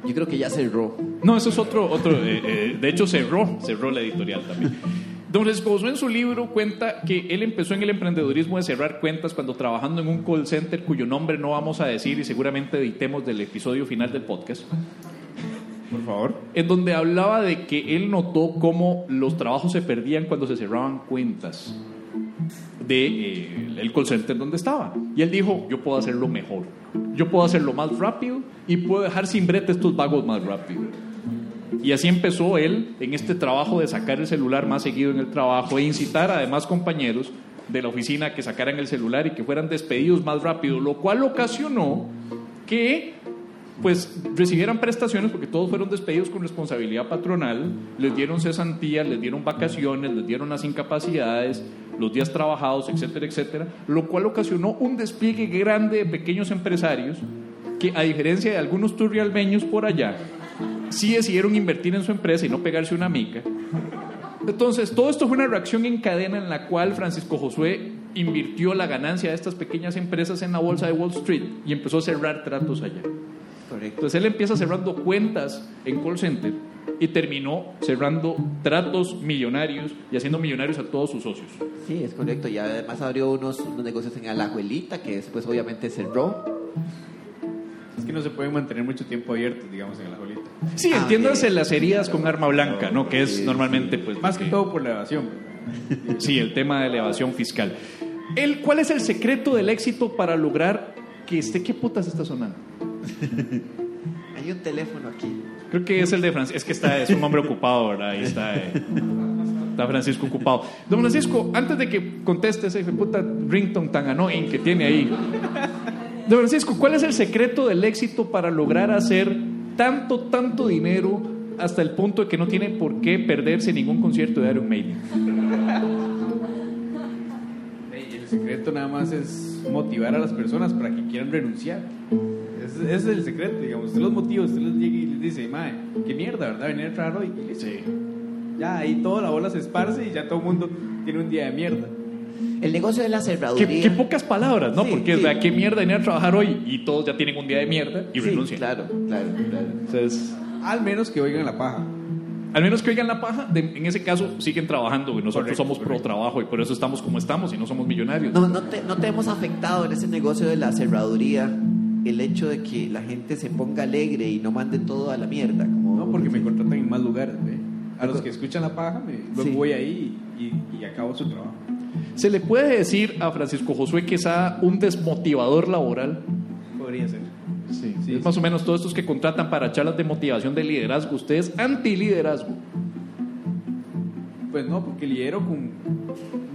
Speaker 2: Yo creo que ya cerró.
Speaker 1: No, eso es otro, otro eh, eh, de hecho cerró, cerró la editorial también. Don Francisco Josué en su libro cuenta que él empezó en el emprendedurismo de cerrar cuentas cuando trabajando en un call center cuyo nombre no vamos a decir y seguramente editemos del episodio final del podcast. Por favor.
Speaker 6: en donde hablaba de que él notó cómo los trabajos se perdían cuando se cerraban cuentas de eh, el call center donde estaba. Y él dijo, yo puedo hacerlo mejor, yo puedo hacerlo más rápido y puedo dejar sin brete estos vagos más rápido. Y así empezó él en este trabajo de sacar el celular más seguido en el trabajo e incitar a demás compañeros de la oficina a que sacaran el celular y que fueran despedidos más rápido, lo cual ocasionó que pues recibieran prestaciones porque todos fueron despedidos con responsabilidad patronal, les dieron cesantías, les dieron vacaciones, les dieron las incapacidades, los días trabajados, etcétera, etcétera, lo cual ocasionó un despliegue grande de pequeños empresarios que a diferencia de algunos turrialbeños por allá, sí decidieron invertir en su empresa y no pegarse una mica. Entonces, todo esto fue una reacción en cadena en la cual Francisco Josué invirtió la ganancia de estas pequeñas empresas en la bolsa de Wall Street y empezó a cerrar tratos allá. Entonces él empieza cerrando cuentas en call center y terminó cerrando tratos millonarios y haciendo millonarios a todos sus socios.
Speaker 11: Sí, es correcto. Y además abrió unos, unos negocios en Alajuelita, que después obviamente cerró.
Speaker 1: Es que no se pueden mantener mucho tiempo abiertos, digamos, en la Ah, jolita.
Speaker 6: Sí, entiéndase las heridas con arma blanca, ¿no? Que es normalmente, pues.
Speaker 1: Más que
Speaker 6: lo
Speaker 1: todo por la evasión.
Speaker 6: Sí, el tema de la evasión fiscal. El, ¿Cuál es el secreto del éxito para lograr que esté. ¿Qué putas está sonando?
Speaker 11: Hay un teléfono aquí.
Speaker 6: Creo que es el de Francisco. Es que está, es un hombre ocupado, ¿verdad? Ahí está. eh. Está Francisco ocupado. Don Francisco, antes de que conteste ese hijo de puta ringtone tan annoying que tiene ahí. Don Francisco, ¿cuál es el secreto del éxito para lograr hacer tanto, tanto dinero hasta el punto de que no tiene por qué perderse ningún concierto de Iron Maiden?
Speaker 1: Y el secreto nada más es motivar a las personas para que quieran renunciar. Ese, ese es el secreto, digamos. Usted los motiva, usted les llega y les dice, mae, qué mierda, ¿verdad? Venir a trabajar hoy. Y listo. Ya ahí toda la bola se esparce y ya todo el mundo tiene un día de mierda.
Speaker 11: El negocio de la
Speaker 6: Qué,
Speaker 11: cerraduría.
Speaker 6: qué pocas palabras, ¿no?
Speaker 11: Sí,
Speaker 6: Porque
Speaker 11: sí.
Speaker 6: es de qué mierda venir a trabajar hoy y todos ya tienen un día de mierda y
Speaker 11: Sí,
Speaker 6: renuncian.
Speaker 11: claro, claro, claro.
Speaker 6: Entonces,
Speaker 1: Al menos que oigan la paja.
Speaker 6: Al menos que oigan la paja, de- en ese caso siguen trabajando, güey. Nosotros
Speaker 1: Correcto,
Speaker 6: somos pro trabajo y por eso estamos como estamos y no somos millonarios.
Speaker 11: No, no, te, no te hemos afectado en ese negocio de la cerraduría el hecho de que la gente se ponga alegre y no mande todo a la mierda. Como,
Speaker 1: No, porque me contratan en más lugares, güey. A los que escuchan la paja, me, luego
Speaker 11: Sí.
Speaker 1: voy ahí y, y acabo su trabajo.
Speaker 6: ¿Se le puede decir a Francisco Josué Quesada un desmotivador laboral?
Speaker 1: Podría ser. Sí, sí.
Speaker 6: es más o menos todos estos que contratan para charlas de motivación de liderazgo. Usted es anti-liderazgo.
Speaker 1: Pues no, porque lidero con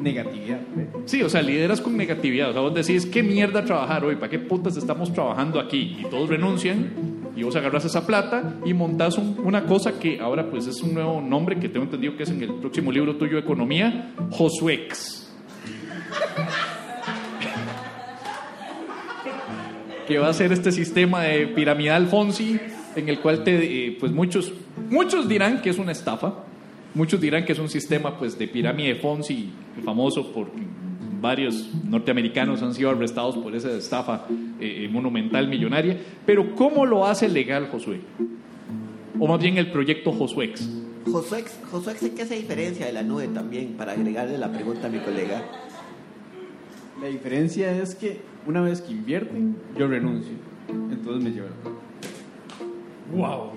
Speaker 1: negatividad, güey.
Speaker 6: Sí, o sea, lideras con negatividad. O sea, vos decís, ¿qué mierda trabajar hoy? ¿Para qué putas estamos trabajando aquí? Y todos renuncian y vos agarras esa plata y montás un- una cosa que ahora pues es un nuevo nombre que tengo entendido que es en el próximo libro tuyo, Economía, Josuex. que va a ser este sistema de piramidal Fonsi en el cual te, eh, pues muchos, muchos dirán que es una estafa, muchos dirán que es un sistema pues de pirámide Fonsi famoso porque varios norteamericanos han sido arrestados por esa estafa eh, eh, monumental millonaria, pero ¿cómo lo hace legal Josué? O más bien el proyecto Josuex.
Speaker 11: Josué, Josué, ¿en qué se diferencia de la nube también? Para agregarle la pregunta a mi colega.
Speaker 1: La diferencia es que una vez que invierten, yo renuncio. Entonces me llevan.
Speaker 6: ¡Wow!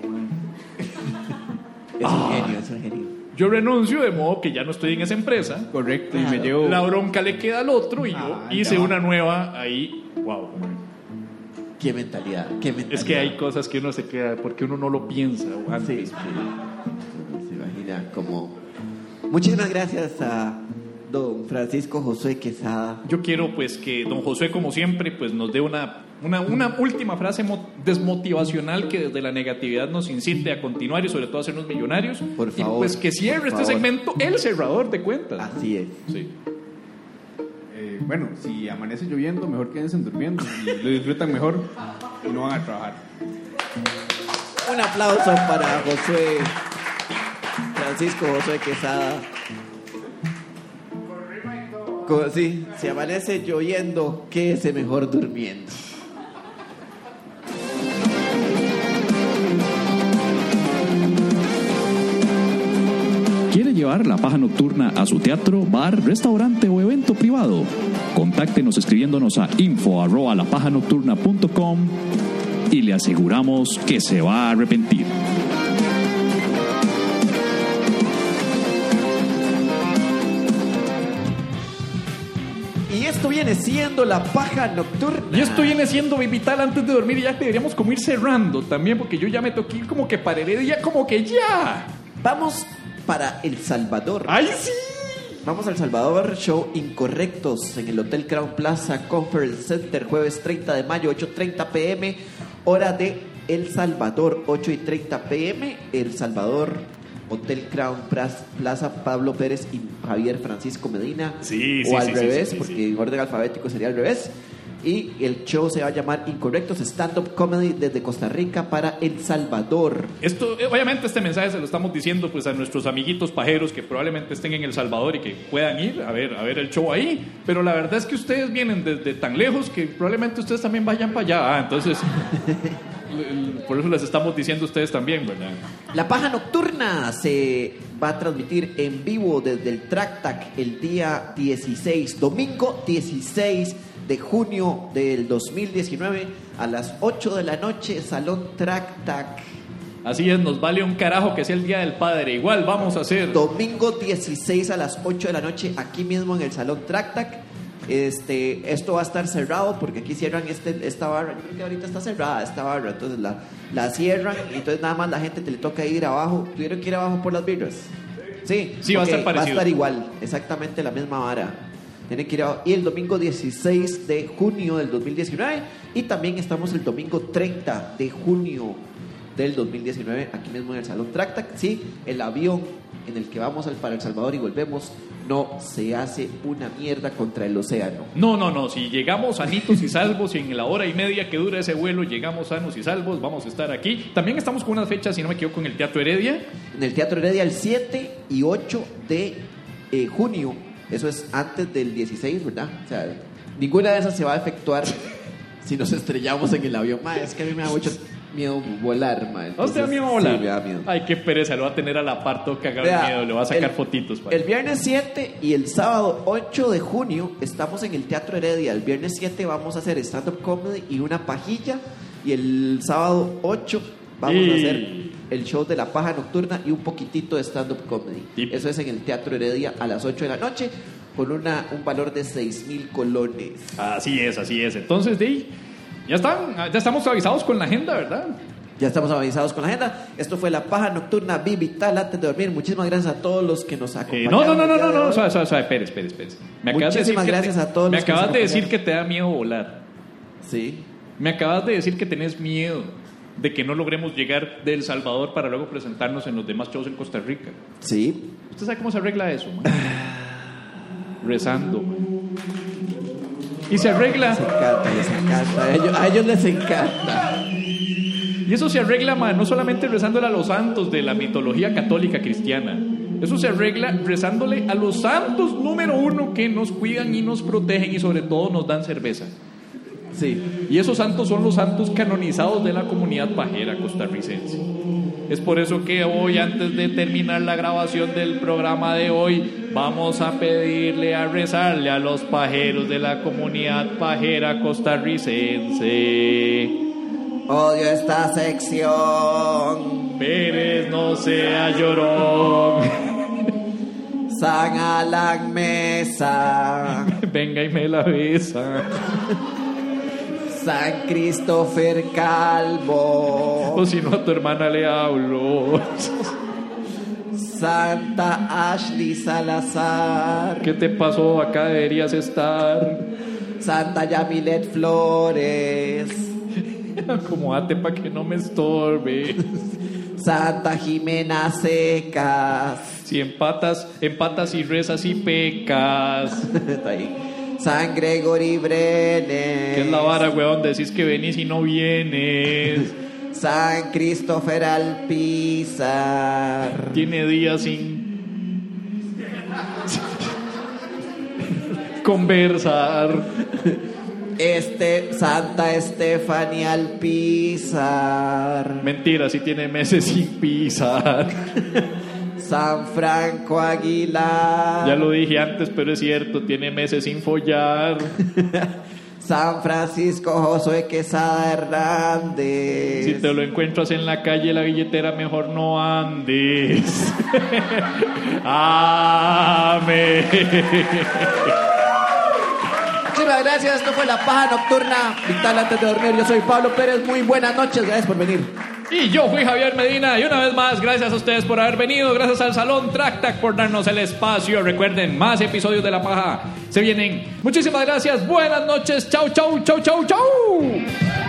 Speaker 11: Es
Speaker 4: Ah.
Speaker 11: un genio, es un genio.
Speaker 6: Yo renuncio de modo que ya no estoy en esa empresa.
Speaker 1: Correcto, y
Speaker 11: Claro.
Speaker 1: me llevo.
Speaker 6: La bronca le queda al otro y yo
Speaker 1: Ah, ya
Speaker 6: hice
Speaker 1: va.
Speaker 6: una nueva ahí. ¡Wow!
Speaker 11: Qué mentalidad, qué mentalidad.
Speaker 6: Es que hay cosas que uno se queda porque uno no lo piensa
Speaker 11: Sí,
Speaker 6: antes.
Speaker 11: sí. Se imagina como... Muchísimas gracias a don Francisco Josué Quesada.
Speaker 6: Yo quiero pues que don José, como siempre, pues nos dé una, una, una última frase mo- desmotivacional que desde la negatividad nos incite a continuar y sobre todo a hacernos millonarios.
Speaker 11: Por
Speaker 6: Y
Speaker 11: favor,
Speaker 6: pues que cierre
Speaker 11: por
Speaker 6: este
Speaker 11: favor.
Speaker 6: segmento el cerrador de cuentas.
Speaker 1: Ah,
Speaker 11: Así es.
Speaker 6: Sí.
Speaker 1: Eh, bueno, si amanece lloviendo, mejor quédense durmiendo y lo disfrutan mejor y no van a trabajar.
Speaker 11: Un aplauso para Josué. Francisco Josué Quesada. Co- Sí, si amanece lloviendo, quédese mejor durmiendo.
Speaker 4: ¿Quiere llevar la paja nocturna a su teatro, bar, restaurante o evento privado? Contáctenos escribiéndonos a info arroba lapajanocturna punto com y le aseguramos que se va a arrepentir.
Speaker 2: viene siendo la paja nocturna.
Speaker 6: Y esto viene siendo vital antes de dormir y ya deberíamos como ir cerrando también, porque yo ya me toqué ir como que para Heredia, como que ya.
Speaker 2: Vamos para El Salvador.
Speaker 6: ¡Ay, sí!
Speaker 2: Vamos al Salvador Show Incorrectos en el Hotel Crown Plaza Conference Center, jueves 30 de mayo, 8.30 pm, hora de El Salvador, 8 y 30 pm, El Salvador, Hotel Crown Plas- Plaza, Pablo Pérez y Javier Francisco Medina.
Speaker 6: Sí, sí,
Speaker 2: O al
Speaker 6: sí, sí,
Speaker 2: revés,
Speaker 6: sí, sí,
Speaker 2: porque
Speaker 6: sí.
Speaker 2: en orden alfabético sería al revés. Y el show se va a llamar Incorrectos Stand-Up Comedy desde Costa Rica para El Salvador.
Speaker 6: Esto, eh, obviamente este mensaje se lo estamos diciendo pues a nuestros amiguitos pajeros que probablemente estén en El Salvador y que puedan ir a ver, a ver el show ahí, pero la verdad es que ustedes vienen desde tan lejos que probablemente ustedes también vayan para allá, Ah, (laughs) entonces l- l- por eso les estamos diciendo a ustedes también, ¿verdad?
Speaker 2: La paja nocturna se va a transmitir en vivo desde el Tractac el día 16, domingo 16 de junio del 2019 a las 8 de la noche, Salón Tractac.
Speaker 6: Así es, nos vale un carajo que sea el Día del Padre, igual vamos a hacer.
Speaker 2: Domingo 16 a las 8 de la noche aquí mismo en el Salón Tractac. Este, esto va a estar cerrado porque aquí cierran este, esta barra. Yo creo que ahorita está cerrada esta barra, entonces la, la cierran y entonces nada más la gente te le toca ir abajo. Tuvieron que ir abajo por las birras. Sí,
Speaker 6: Sí, va a
Speaker 2: ok,
Speaker 6: estar parecido.
Speaker 2: Va a estar igual, exactamente la misma vara. Tienen que ir a- y el domingo 16 de junio del 2019 y también estamos el domingo 30 de junio del 2019 aquí mismo en el Salón Tractac. Sí, el avión en el que vamos al, para El Salvador y volvemos no se hace una mierda contra el océano.
Speaker 6: No, no, no, si llegamos sanitos y salvos y en la hora y media que dura ese vuelo llegamos sanos y salvos, vamos a estar aquí. También estamos con unas fechas, si no me equivoco, en el Teatro Heredia.
Speaker 2: En el Teatro Heredia el 7 y 8 de eh, junio. Eso es antes del 16, ¿verdad? O sea, ninguna de esas se va a efectuar si nos estrellamos en el avión. Ma, es que a mí me da mucho miedo volar, ma.
Speaker 6: ¿A usted
Speaker 2: Entonces,
Speaker 6: da miedo volar?
Speaker 2: Sí, me da miedo.
Speaker 6: Ay, qué pereza, lo va a tener a la par todo cagado de
Speaker 2: Vea,
Speaker 6: miedo, le va a sacar
Speaker 2: el-
Speaker 6: fotitos. pues. para-
Speaker 2: El viernes 7 y el sábado 8 de junio estamos en el Teatro Heredia. El viernes 7 vamos a hacer stand-up comedy y una pajilla. Y el sábado 8 vamos
Speaker 6: Y-
Speaker 2: a hacer el show de la paja nocturna y un poquitito de stand-up comedy.
Speaker 6: Y-
Speaker 2: Eso es en el Teatro Heredia a las 8 de la noche con una, un valor de 6 mil colones.
Speaker 6: Así es, así es. Entonces, de ahí, ya están, ya estamos avisados con la agenda, ¿verdad?
Speaker 2: Ya estamos avanzados con la agenda. Esto fue La Paja Nocturna, Vivital, antes de dormir. Muchísimas gracias a todos los que nos
Speaker 6: Eh,
Speaker 2: acompañaron.
Speaker 6: no, no, no,
Speaker 2: el
Speaker 6: no,
Speaker 2: día
Speaker 6: no,
Speaker 2: de
Speaker 6: no,
Speaker 2: hoy.
Speaker 6: suave, suave, suave, espere, espere, espere. Me acabas de decir
Speaker 2: Muchísimas
Speaker 6: que
Speaker 2: gracias a todos
Speaker 6: Me
Speaker 2: los que
Speaker 6: acabas
Speaker 2: nos
Speaker 6: de decir que
Speaker 2: acompañaron.
Speaker 6: te da miedo volar.
Speaker 2: Sí.
Speaker 6: Me acabas de decir que tenés miedo de que no logremos llegar de El Salvador para luego presentarnos en los demás shows en Costa Rica.
Speaker 2: Sí,
Speaker 6: ¿Usted sabe cómo se arregla
Speaker 2: (sighs)
Speaker 6: eso, man? Rezando, man. Y se arregla.
Speaker 2: les encanta, les encanta. A ellos, a ellos les encanta.
Speaker 6: Y eso se arregla, ma, no solamente rezándole a los santos de la mitología católica cristiana. Eso se arregla rezándole a los santos número uno que nos cuidan y nos protegen y sobre todo nos dan cerveza.
Speaker 2: Sí.
Speaker 6: Y esos santos son los santos canonizados de la comunidad pajera costarricense. Es por eso que hoy, antes de terminar la grabación del programa de hoy, vamos a pedirle a rezarle a los pajeros de la comunidad pajera costarricense.
Speaker 2: Odio esta sección.
Speaker 6: Pérez no sea llorón. (laughs)
Speaker 2: San Alan Mesa.
Speaker 6: Venga y me la besa.
Speaker 2: San Christopher Calvo.
Speaker 6: O si no, a tu hermana le hablo.
Speaker 2: Santa Ashley Salazar.
Speaker 6: ¿Qué te pasó? Acá deberías estar. (laughs)
Speaker 2: Santa Yamilet Flores.
Speaker 6: Acomódate para que no me estorbe.
Speaker 2: Santa Jimena Secas. (laughs)
Speaker 6: Si empatas, empatas y rezas y pecas.
Speaker 2: Está ahí. San Gregory Brenes.
Speaker 6: ¿Qué es la vara, weón? Decís que venís y no vienes.
Speaker 2: San Christopher Alpizar.
Speaker 6: Tiene días sin. (laughs) conversar.
Speaker 2: Este, Santa Estefanía Alpizar.
Speaker 6: Mentira, si tiene meses sin pisar.
Speaker 2: San Franco Aguilar.
Speaker 6: Ya lo dije antes, pero es cierto, tiene meses sin follar.
Speaker 2: San Francisco Josué Quesada Hernández.
Speaker 6: Si te lo encuentras en la calle, la billetera, mejor no andes. (laughs) Amén.
Speaker 2: Muchísimas
Speaker 12: muchas gracias. Esto fue La Paja Nocturna. Vital antes de dormir. Yo soy Pablo Pérez. Muy buenas noches. Gracias por venir.
Speaker 6: Y yo fui Javier Medina y una vez más gracias a ustedes por haber venido, gracias al Salón Tractac por darnos el espacio. Recuerden, más episodios de La Paja se vienen. Muchísimas gracias, buenas noches, chau, chau, chau, chau, chau.